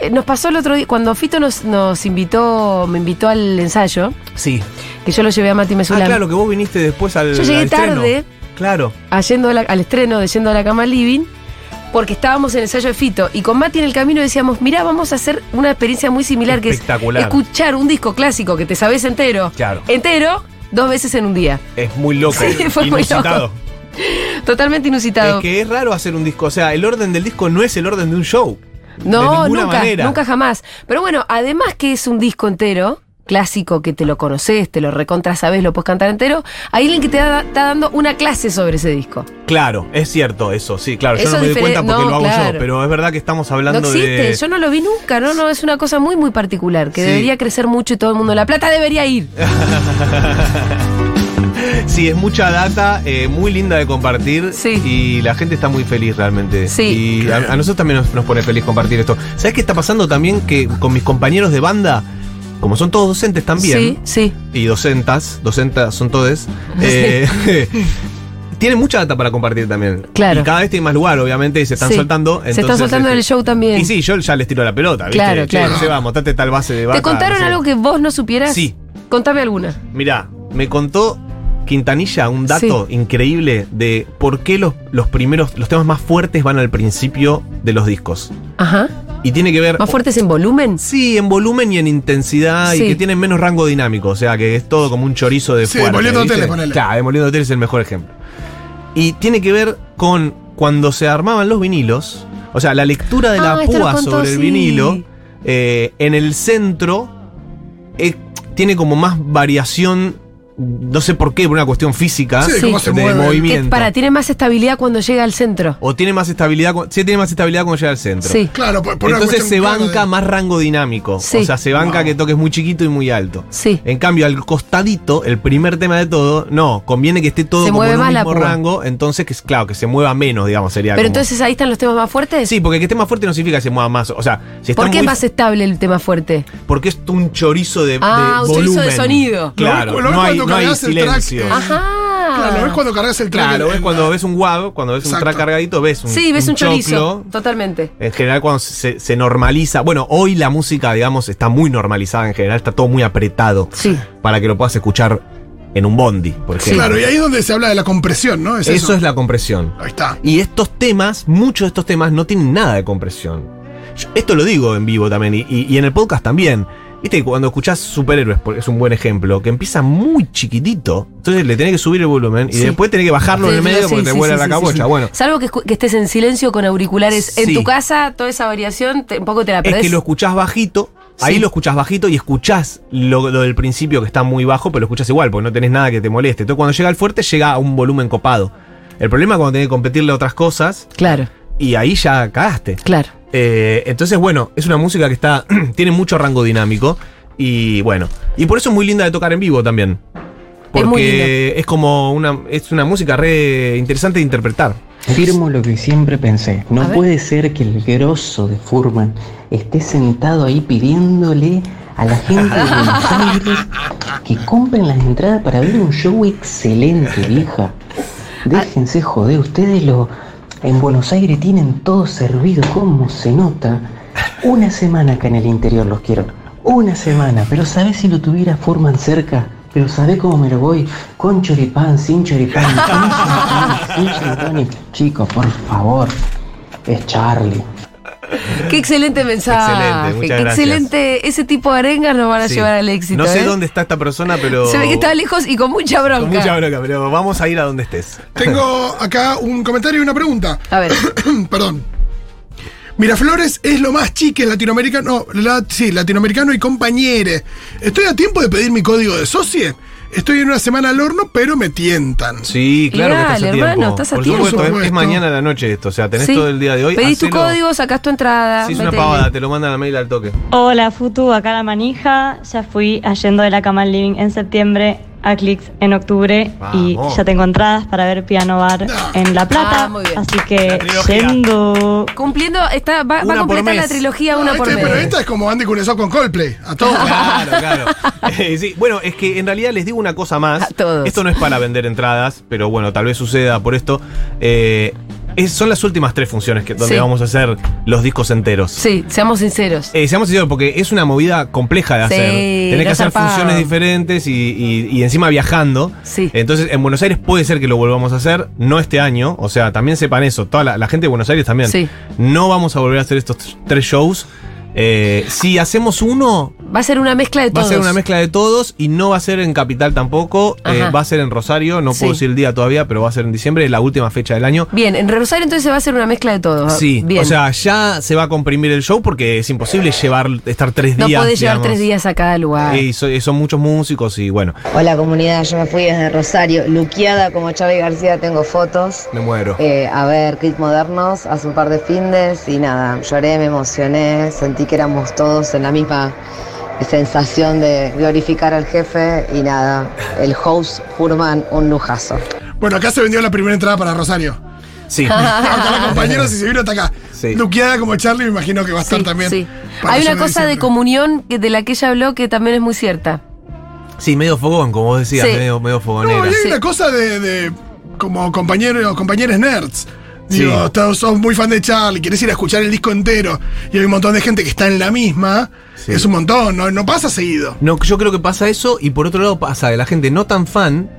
[SPEAKER 3] eh, Nos pasó el otro día, cuando Fito nos, nos invitó, me invitó al ensayo,
[SPEAKER 5] Sí.
[SPEAKER 3] que yo lo llevé a Mati
[SPEAKER 5] Ah,
[SPEAKER 3] Mesulán,
[SPEAKER 5] claro, que vos viniste después al
[SPEAKER 3] Yo llegué
[SPEAKER 5] al estreno.
[SPEAKER 3] tarde.
[SPEAKER 5] Claro.
[SPEAKER 3] a Yendo a la- al estreno de Yendo a la Cama al Living, porque estábamos en el ensayo de Fito, y con Mati en el camino decíamos, mirá, vamos a hacer una experiencia muy similar, que es
[SPEAKER 5] Espectacular.
[SPEAKER 3] escuchar un disco clásico que te sabes entero,
[SPEAKER 5] Claro.
[SPEAKER 3] entero, dos veces en un día.
[SPEAKER 5] Es muy loco.
[SPEAKER 3] Sí, fue muy
[SPEAKER 5] inusitado.
[SPEAKER 3] loco. Totalmente inusitado.
[SPEAKER 5] Es que es raro hacer un disco. O sea, el orden del disco no es el orden de un show.
[SPEAKER 3] No,
[SPEAKER 5] de ninguna
[SPEAKER 3] nunca,
[SPEAKER 5] manera.
[SPEAKER 3] nunca jamás. Pero bueno, además que es un disco entero, clásico, que te lo conoces, te lo recontra sabes, lo puedes cantar entero, hay alguien que te da- está dando una clase sobre ese disco.
[SPEAKER 5] Claro, es cierto eso, sí, claro.
[SPEAKER 3] Eso
[SPEAKER 5] yo no me doy
[SPEAKER 3] diferen-
[SPEAKER 5] cuenta porque
[SPEAKER 3] no,
[SPEAKER 5] lo hago
[SPEAKER 3] claro.
[SPEAKER 5] yo, pero es verdad que estamos hablando
[SPEAKER 3] no existe,
[SPEAKER 5] de.
[SPEAKER 3] yo no lo vi nunca, ¿no? No, es una cosa muy, muy particular, que
[SPEAKER 5] Sí.
[SPEAKER 3] debería crecer mucho y todo el mundo. La plata debería ir.
[SPEAKER 5] Sí, es mucha data, eh, muy linda de compartir.
[SPEAKER 3] Sí.
[SPEAKER 5] Y la gente está muy feliz realmente.
[SPEAKER 3] Sí.
[SPEAKER 5] Y a, a nosotros también nos, nos pone feliz compartir esto. ¿Sabes qué está pasando también? Que con mis compañeros de banda, como son todos docentes también,
[SPEAKER 3] Sí, sí.
[SPEAKER 5] y docentas, docentas son todes, eh, tienen mucha data para compartir también.
[SPEAKER 3] Claro.
[SPEAKER 5] Y cada vez tiene más lugar, obviamente, y se están
[SPEAKER 3] sí.
[SPEAKER 5] soltando.
[SPEAKER 3] Se están
[SPEAKER 5] entonces,
[SPEAKER 3] soltando en el
[SPEAKER 5] este,
[SPEAKER 3] show también.
[SPEAKER 5] Y sí, yo ya les tiro la pelota, ¿viste?
[SPEAKER 3] Claro,
[SPEAKER 5] Che,
[SPEAKER 3] claro.
[SPEAKER 5] no sé, vamos, date tal base de
[SPEAKER 3] ¿Te
[SPEAKER 5] vaca,
[SPEAKER 3] contaron
[SPEAKER 5] no sé.
[SPEAKER 3] algo que vos no supieras?
[SPEAKER 5] Sí.
[SPEAKER 3] Contame alguna.
[SPEAKER 5] Mirá, me contó Quintanilla un dato increíble de por qué los, los primeros, los temas más fuertes van al principio de los discos.
[SPEAKER 3] Ajá.
[SPEAKER 5] Y tiene que ver.
[SPEAKER 3] ¿Más fuertes en volumen?
[SPEAKER 5] Sí, en volumen y en intensidad
[SPEAKER 3] Sí.
[SPEAKER 5] y que tienen menos rango dinámico, o sea que es todo como un chorizo de
[SPEAKER 4] Sí,
[SPEAKER 5] fuerte,
[SPEAKER 4] Demoliendo
[SPEAKER 5] ¿viste?
[SPEAKER 4] Hoteles, ponele.
[SPEAKER 5] Claro, Demoliendo Hoteles es el mejor ejemplo. Y tiene que ver con cuando se armaban los vinilos, o sea, la lectura de la
[SPEAKER 3] Ah, esto lo
[SPEAKER 5] púa
[SPEAKER 3] contó,
[SPEAKER 5] sobre el
[SPEAKER 3] sí.
[SPEAKER 5] vinilo, eh, en el centro eh, tiene como más variación, no sé por qué, por una cuestión física
[SPEAKER 4] Sí, cómo
[SPEAKER 3] Sí.
[SPEAKER 4] se
[SPEAKER 5] de
[SPEAKER 4] mueve.
[SPEAKER 3] Que
[SPEAKER 5] movimiento.
[SPEAKER 3] para, tiene más estabilidad cuando llega al centro.
[SPEAKER 5] O tiene más estabilidad, cu- sí, tiene más estabilidad cuando llega al centro.
[SPEAKER 3] Sí.
[SPEAKER 4] Claro, por, por una
[SPEAKER 5] Entonces
[SPEAKER 4] cuestión
[SPEAKER 5] se
[SPEAKER 4] clara de-
[SPEAKER 5] banca más rango dinámico.
[SPEAKER 3] Sí.
[SPEAKER 5] O sea, se banca que toques muy chiquito y muy alto.
[SPEAKER 3] Sí.
[SPEAKER 5] En cambio, al costadito, el primer tema de todo, no, conviene que esté todo
[SPEAKER 3] Se
[SPEAKER 5] como
[SPEAKER 3] mueve
[SPEAKER 5] en un
[SPEAKER 3] más la
[SPEAKER 5] mismo
[SPEAKER 3] púa.
[SPEAKER 5] rango, entonces que es- claro, que se mueva menos, digamos, sería
[SPEAKER 3] Pero
[SPEAKER 5] como-
[SPEAKER 3] entonces ahí están los temas más fuertes.
[SPEAKER 5] Sí, porque que esté más fuerte no significa que se mueva más. O sea, si está
[SPEAKER 3] ¿Por qué
[SPEAKER 5] muy-
[SPEAKER 3] es más estable el tema fuerte?
[SPEAKER 5] Porque es un chorizo de,
[SPEAKER 3] Ah,
[SPEAKER 5] de
[SPEAKER 3] un chorizo de
[SPEAKER 5] volumen.
[SPEAKER 3] sonido. Ah.
[SPEAKER 5] Claro,
[SPEAKER 4] Lo ves- lo ves
[SPEAKER 5] no hay,
[SPEAKER 4] cuando
[SPEAKER 5] no hay
[SPEAKER 4] cargas el track,
[SPEAKER 5] silencio.
[SPEAKER 4] eh,
[SPEAKER 3] Ajá.
[SPEAKER 4] Claro, lo ves cuando cargas el track.
[SPEAKER 5] Claro,
[SPEAKER 4] en-
[SPEAKER 5] ves
[SPEAKER 4] en-
[SPEAKER 5] cuando ves un guab, cuando ves un
[SPEAKER 4] Exacto.
[SPEAKER 5] track cargadito, ves un
[SPEAKER 3] Sí, ves un, chorizo.
[SPEAKER 5] choclo.
[SPEAKER 3] Totalmente.
[SPEAKER 5] En general cuando se, se normaliza, bueno, hoy la música, digamos, está muy normalizada en general, está todo muy apretado
[SPEAKER 3] Sí.
[SPEAKER 5] para que lo puedas escuchar en un bondi, por ejemplo.
[SPEAKER 4] Claro, y ahí es donde se habla de la compresión, ¿no? Es
[SPEAKER 5] eso. es la compresión.
[SPEAKER 4] Ahí está.
[SPEAKER 5] Y estos temas, muchos de estos temas no tienen nada de compresión. Yo- esto lo digo en vivo también y, y- y en el podcast también. Viste, que cuando escuchás superhéroes, por- es un buen ejemplo, que empieza muy chiquitito, entonces le tenés que subir el volumen y
[SPEAKER 3] Sí.
[SPEAKER 5] después tenés que bajarlo en el medio
[SPEAKER 3] Sí,
[SPEAKER 5] porque te
[SPEAKER 3] sí,
[SPEAKER 5] vuela
[SPEAKER 3] sí,
[SPEAKER 5] la
[SPEAKER 3] sí,
[SPEAKER 5] cabocha.
[SPEAKER 3] sí, sí.
[SPEAKER 5] Bueno,
[SPEAKER 3] Salvo que, escu- que estés en silencio con auriculares en
[SPEAKER 5] Sí.
[SPEAKER 3] tu casa, toda esa variación te- un poco te la
[SPEAKER 5] es
[SPEAKER 3] perdés.
[SPEAKER 5] que lo escuchás bajito Ahí
[SPEAKER 3] Sí.
[SPEAKER 5] lo escuchás bajito y escuchás lo, lo del principio que está muy bajo, pero lo escuchás igual, porque no tenés nada que te moleste. Entonces cuando llega al fuerte llega a un volumen copado. El problema es cuando tenés que competirle a otras cosas
[SPEAKER 3] Claro,
[SPEAKER 5] y ahí ya cagaste.
[SPEAKER 3] claro.
[SPEAKER 5] Eh, entonces, bueno, es una música que está. tiene mucho rango dinámico. Y bueno. Y por eso es muy linda de tocar en vivo también.
[SPEAKER 3] Es muy
[SPEAKER 5] Porque es, como una. Es una música re interesante de interpretar.
[SPEAKER 7] Firmo lo que siempre pensé.
[SPEAKER 3] A
[SPEAKER 7] No
[SPEAKER 3] ver.
[SPEAKER 7] puede ser que el grosso de Furman esté sentado ahí pidiéndole a la gente de Buenos Aires que compren las entradas para ver un show excelente, vieja. Déjense joder, ustedes lo en Buenos Aires tienen todo servido, ¿cómo se nota? Una semana acá en el interior los quiero. Una semana, pero ¿sabés si lo tuviera Furman cerca? Pero ¿sabés cómo me lo voy? Con choripán, sin choripán, sin choripán, sin choripán. Chicos, por favor, es Charlie.
[SPEAKER 3] Qué excelente mensaje.
[SPEAKER 5] Excelente, muchas
[SPEAKER 3] Qué
[SPEAKER 5] gracias.
[SPEAKER 3] excelente. Ese tipo de arengas nos van a
[SPEAKER 5] Sí.
[SPEAKER 3] llevar al éxito.
[SPEAKER 5] No sé
[SPEAKER 3] ¿eh?
[SPEAKER 5] dónde está esta persona, pero.
[SPEAKER 3] Se ve que está lejos y con mucha bronca.
[SPEAKER 5] Con mucha bronca, pero vamos a ir a donde estés.
[SPEAKER 4] Tengo acá un comentario y una pregunta.
[SPEAKER 3] A ver.
[SPEAKER 4] Perdón. Miraflores es lo más chique latinoamericano. la- sí, latinoamericano y compañere. Estoy a tiempo de pedir mi código de socie. Estoy en una semana al horno, pero me tientan.
[SPEAKER 5] Sí, claro que estás
[SPEAKER 3] Dale,
[SPEAKER 5] a
[SPEAKER 3] hermano,
[SPEAKER 5] tiempo.
[SPEAKER 3] estás a
[SPEAKER 5] Por
[SPEAKER 3] tiempo.
[SPEAKER 5] supuesto, es, es
[SPEAKER 4] Supuesto.
[SPEAKER 5] mañana a la noche esto. O sea, tenés
[SPEAKER 3] Sí.
[SPEAKER 5] todo el día de hoy.
[SPEAKER 3] Pedís tu
[SPEAKER 5] hacelo.
[SPEAKER 3] código, sacás tu entrada.
[SPEAKER 5] Sí, es una
[SPEAKER 3] metele.
[SPEAKER 5] pavada, te lo mandan al mail al toque.
[SPEAKER 8] Hola Futu, acá la manija. Ya fui yendo de la cama al living en septiembre, a Clicks en octubre y
[SPEAKER 5] Vamos.
[SPEAKER 8] ya tengo entradas para ver Piano Bar en La
[SPEAKER 3] Ah,
[SPEAKER 8] Plata.
[SPEAKER 3] muy bien.
[SPEAKER 8] Así
[SPEAKER 5] La
[SPEAKER 8] que
[SPEAKER 5] trilogía.
[SPEAKER 8] yendo.
[SPEAKER 3] Cumpliendo, está, va, va
[SPEAKER 5] Una
[SPEAKER 3] a
[SPEAKER 5] por
[SPEAKER 3] completar la
[SPEAKER 5] mes.
[SPEAKER 3] trilogía una
[SPEAKER 4] No,
[SPEAKER 3] por
[SPEAKER 4] este- pero
[SPEAKER 3] mes.
[SPEAKER 4] esta es como Andy Cunesó con Coldplay. A todos.
[SPEAKER 5] Claro, claro. Eh, sí, Bueno, es que en realidad les digo una cosa
[SPEAKER 3] A
[SPEAKER 5] más.
[SPEAKER 3] todos.
[SPEAKER 5] Esto no es para vender entradas, pero bueno, tal vez suceda por esto. Eh, es- son las últimas tres funciones que, donde
[SPEAKER 3] Sí.
[SPEAKER 5] vamos a hacer los discos enteros.
[SPEAKER 3] Sí, seamos sinceros.
[SPEAKER 5] Eh, seamos sinceros, porque es una movida compleja de
[SPEAKER 3] Sí,
[SPEAKER 5] hacer. Tenés
[SPEAKER 3] era
[SPEAKER 5] que hacer
[SPEAKER 3] zarpado.
[SPEAKER 5] funciones diferentes y, y- y encima viajando.
[SPEAKER 3] Sí.
[SPEAKER 5] Entonces, en Buenos Aires puede ser que lo volvamos a hacer, no este año. O sea, también sepan eso. Toda la, la gente de Buenos Aires también.
[SPEAKER 3] Sí.
[SPEAKER 5] No vamos a volver a hacer estos t- tres shows. Eh, si hacemos uno,
[SPEAKER 3] Va a ser una mezcla de
[SPEAKER 5] Va
[SPEAKER 3] todos.
[SPEAKER 5] a ser una mezcla de todos y no va a ser en Capital tampoco. eh,
[SPEAKER 3] Ajá.
[SPEAKER 5] va a ser en Rosario, no
[SPEAKER 3] Sí.
[SPEAKER 5] puedo decir el día todavía, pero va a ser en diciembre, la última fecha del año.
[SPEAKER 3] Bien, en Rosario entonces va a ser una mezcla de todos.
[SPEAKER 5] Sí,
[SPEAKER 3] Ah, Bien.
[SPEAKER 5] o sea, ya se va a comprimir el show porque es imposible llevar, estar tres
[SPEAKER 3] no
[SPEAKER 5] días.
[SPEAKER 3] podés llevar
[SPEAKER 5] digamos.
[SPEAKER 3] tres días a cada lugar.
[SPEAKER 5] Y so- y son muchos músicos y bueno,
[SPEAKER 9] Hola comunidad, yo me fui desde Rosario, luqueada como Charlie García, tengo fotos.
[SPEAKER 5] me muero.
[SPEAKER 9] Eh, a ver, Kit Modernos, hace un par de findes y nada, lloré, me emocioné, sentí que éramos todos en la misma sensación de glorificar al jefe y nada, el host Furman, un lujazo.
[SPEAKER 4] Bueno, acá se vendió la primera entrada para Rosario.
[SPEAKER 5] Sí.
[SPEAKER 4] Acá, compañeros, y se vino hasta acá.
[SPEAKER 5] Sí.
[SPEAKER 4] Luqueada como Charlie, me imagino que va a estar
[SPEAKER 3] Sí,
[SPEAKER 4] también.
[SPEAKER 3] sí.
[SPEAKER 4] para
[SPEAKER 3] Hay
[SPEAKER 4] el
[SPEAKER 3] una
[SPEAKER 4] show
[SPEAKER 3] cosa de
[SPEAKER 4] diciembre.
[SPEAKER 3] comunión que- de la que ella habló que también es muy cierta.
[SPEAKER 5] sí, medio fogón, como vos decías,
[SPEAKER 3] Sí.
[SPEAKER 5] medio, medio fogonera.
[SPEAKER 4] No, y hay
[SPEAKER 3] Sí.
[SPEAKER 4] una cosa de, de- como compañeros, compañeros nerds.
[SPEAKER 5] Sí.
[SPEAKER 4] Digo, estás- sos muy fan de Charlie, quieres ir a escuchar el disco entero y hay un montón de gente que está en la misma.
[SPEAKER 5] Sí.
[SPEAKER 4] Es un montón, no, no pasa seguido.
[SPEAKER 5] No, yo creo que pasa eso y por otro lado pasa de la gente no tan fan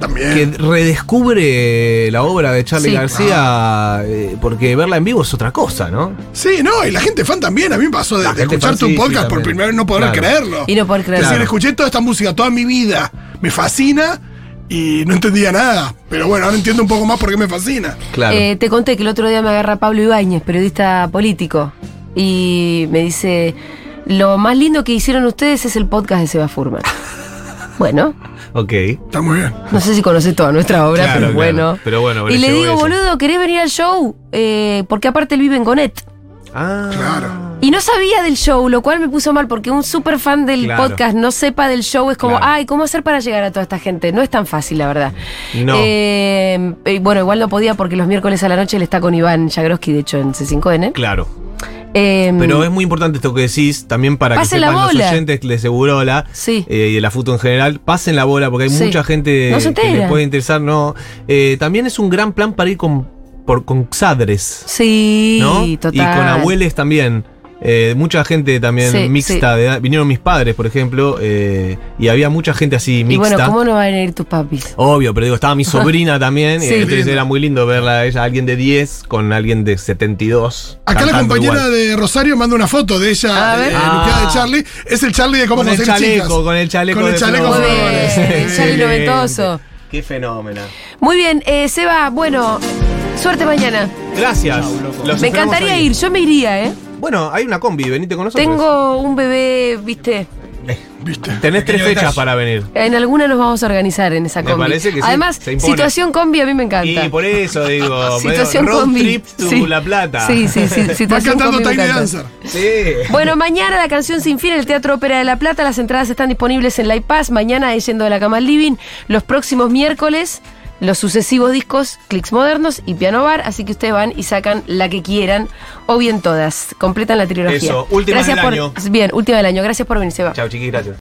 [SPEAKER 4] También.
[SPEAKER 5] que redescubre la obra de Charlie
[SPEAKER 3] Sí. Ah.
[SPEAKER 5] García eh, porque verla en vivo es otra cosa, ¿no?
[SPEAKER 4] Sí, no, y la gente fan también. A mí me pasó de,
[SPEAKER 5] La
[SPEAKER 4] de
[SPEAKER 5] gente
[SPEAKER 4] escuchar
[SPEAKER 5] fan,
[SPEAKER 4] tu
[SPEAKER 5] sí, sí,
[SPEAKER 4] podcast por
[SPEAKER 5] también.
[SPEAKER 4] primera vez y no poder
[SPEAKER 5] Claro.
[SPEAKER 4] creerlo.
[SPEAKER 3] Y no poder
[SPEAKER 4] Es
[SPEAKER 3] creerlo. Eh,
[SPEAKER 4] decir, escuché toda esta música toda mi vida, me fascina y no entendía nada. Pero bueno, ahora entiendo un poco más por qué me fascina.
[SPEAKER 5] Claro.
[SPEAKER 3] Eh, te conté que el otro día me agarra Pablo Ibáñez, periodista político, y me dice, lo más lindo que hicieron ustedes es el podcast de Seba Furman. Bueno,
[SPEAKER 5] ok.
[SPEAKER 4] Está muy bien.
[SPEAKER 3] no sé si conoces toda nuestra obra,
[SPEAKER 5] Claro,
[SPEAKER 3] pero,
[SPEAKER 5] claro,
[SPEAKER 3] bueno.
[SPEAKER 5] pero bueno,
[SPEAKER 3] Y
[SPEAKER 5] le
[SPEAKER 3] le
[SPEAKER 5] llegó
[SPEAKER 3] digo,
[SPEAKER 5] eso.
[SPEAKER 3] boludo, ¿querés venir al show? Eh, porque aparte él vive en Gonet.
[SPEAKER 5] Ah,
[SPEAKER 4] Claro.
[SPEAKER 3] Y no sabía del show, lo cual me puso mal, porque un super fan del
[SPEAKER 5] Claro.
[SPEAKER 3] podcast no sepa del show, es como,
[SPEAKER 5] Claro.
[SPEAKER 3] ay, ¿cómo hacer para llegar a toda esta gente? No es tan fácil, la verdad.
[SPEAKER 5] No.
[SPEAKER 3] Eh, eh, bueno, igual no podía porque los miércoles a la noche él está con Iván Jagroski, de hecho, en C5N.
[SPEAKER 5] Claro.
[SPEAKER 3] Eh,
[SPEAKER 5] Pero es muy importante esto que decís, también para
[SPEAKER 3] Pasen
[SPEAKER 5] que
[SPEAKER 3] la
[SPEAKER 5] sepan
[SPEAKER 3] bola.
[SPEAKER 5] los oyentes de Segurola
[SPEAKER 3] Sí.
[SPEAKER 5] eh, y de la foto en general, pasen la bola porque hay
[SPEAKER 3] Sí.
[SPEAKER 5] mucha gente
[SPEAKER 3] No se
[SPEAKER 5] que les
[SPEAKER 3] enteran.
[SPEAKER 5] puede interesar. No, Eh, también es un gran plan para ir con, por, con sadres,
[SPEAKER 3] Sí,
[SPEAKER 5] ¿no?
[SPEAKER 3] total.
[SPEAKER 5] Y con abueles también. Eh, mucha gente también
[SPEAKER 3] Sí,
[SPEAKER 5] mixta. de edad. vinieron mis padres, por ejemplo, eh, y había mucha gente así
[SPEAKER 3] Y
[SPEAKER 5] mixta.
[SPEAKER 3] bueno, ¿cómo no van a ir tus papis?
[SPEAKER 5] Obvio, pero digo, estaba mi sobrina también,
[SPEAKER 3] Sí.
[SPEAKER 5] eh, entonces era muy lindo verla a ella, alguien de 10 con alguien de 72.
[SPEAKER 4] Acá la
[SPEAKER 5] cantando
[SPEAKER 4] compañera
[SPEAKER 5] igual.
[SPEAKER 4] de Rosario manda una foto de
[SPEAKER 3] A
[SPEAKER 4] ella,
[SPEAKER 3] ver.
[SPEAKER 4] eh, luqueada
[SPEAKER 5] Ah.
[SPEAKER 4] de Charlie. Es el Charlie de cómo
[SPEAKER 5] Con el
[SPEAKER 4] conseguir
[SPEAKER 5] chaleco,
[SPEAKER 4] chicas.
[SPEAKER 5] con el chaleco
[SPEAKER 4] Con el
[SPEAKER 5] de
[SPEAKER 4] chaleco.
[SPEAKER 5] flores.
[SPEAKER 4] de
[SPEAKER 3] Muy
[SPEAKER 4] flores.
[SPEAKER 3] bien, el chaleco.
[SPEAKER 4] Sí.
[SPEAKER 3] Charlie noventoso.
[SPEAKER 5] Qué fenómeno.
[SPEAKER 3] Muy bien, eh, Seba, bueno, suerte mañana.
[SPEAKER 5] Gracias. Los
[SPEAKER 3] Me
[SPEAKER 5] esperamos
[SPEAKER 3] encantaría
[SPEAKER 5] ahí.
[SPEAKER 3] ir, yo me iría, ¿eh?
[SPEAKER 5] Bueno, hay una combi, venite con nosotros.
[SPEAKER 3] Tengo un bebé, viste.
[SPEAKER 4] ¿Viste?
[SPEAKER 5] Tenés tres
[SPEAKER 4] Pequeño
[SPEAKER 5] fechas
[SPEAKER 4] detalle.
[SPEAKER 5] para venir.
[SPEAKER 3] En alguna nos vamos a organizar en esa
[SPEAKER 5] Me
[SPEAKER 3] combi.
[SPEAKER 5] parece que sí,
[SPEAKER 3] Además,
[SPEAKER 5] se impone.
[SPEAKER 3] situación combi a mí me encanta.
[SPEAKER 5] Y por eso digo,
[SPEAKER 3] situación
[SPEAKER 5] medio road
[SPEAKER 3] combi.
[SPEAKER 5] trip to
[SPEAKER 3] Sí.
[SPEAKER 5] La Plata.
[SPEAKER 3] Sí, sí, sí.
[SPEAKER 4] Vas
[SPEAKER 3] Situación
[SPEAKER 4] cantando
[SPEAKER 3] combi me
[SPEAKER 4] Tiny
[SPEAKER 3] encanta.
[SPEAKER 4] Dancer.
[SPEAKER 5] Sí.
[SPEAKER 3] Bueno, mañana la canción Sin Fin en el Teatro Ópera de La Plata. Las entradas están disponibles en La iPass. Mañana es Yendo de la Cama al Living. Los próximos miércoles, los sucesivos discos Clicks Modernos y Piano Bar. Así que ustedes van y sacan la que quieran o bien todas. Completan la trilogía.
[SPEAKER 5] Eso, últimas
[SPEAKER 3] Gracias
[SPEAKER 5] del
[SPEAKER 3] por,
[SPEAKER 5] año.
[SPEAKER 3] Bien, última del año. Gracias por venir, Seba.
[SPEAKER 5] Chao, chiquis, gracias.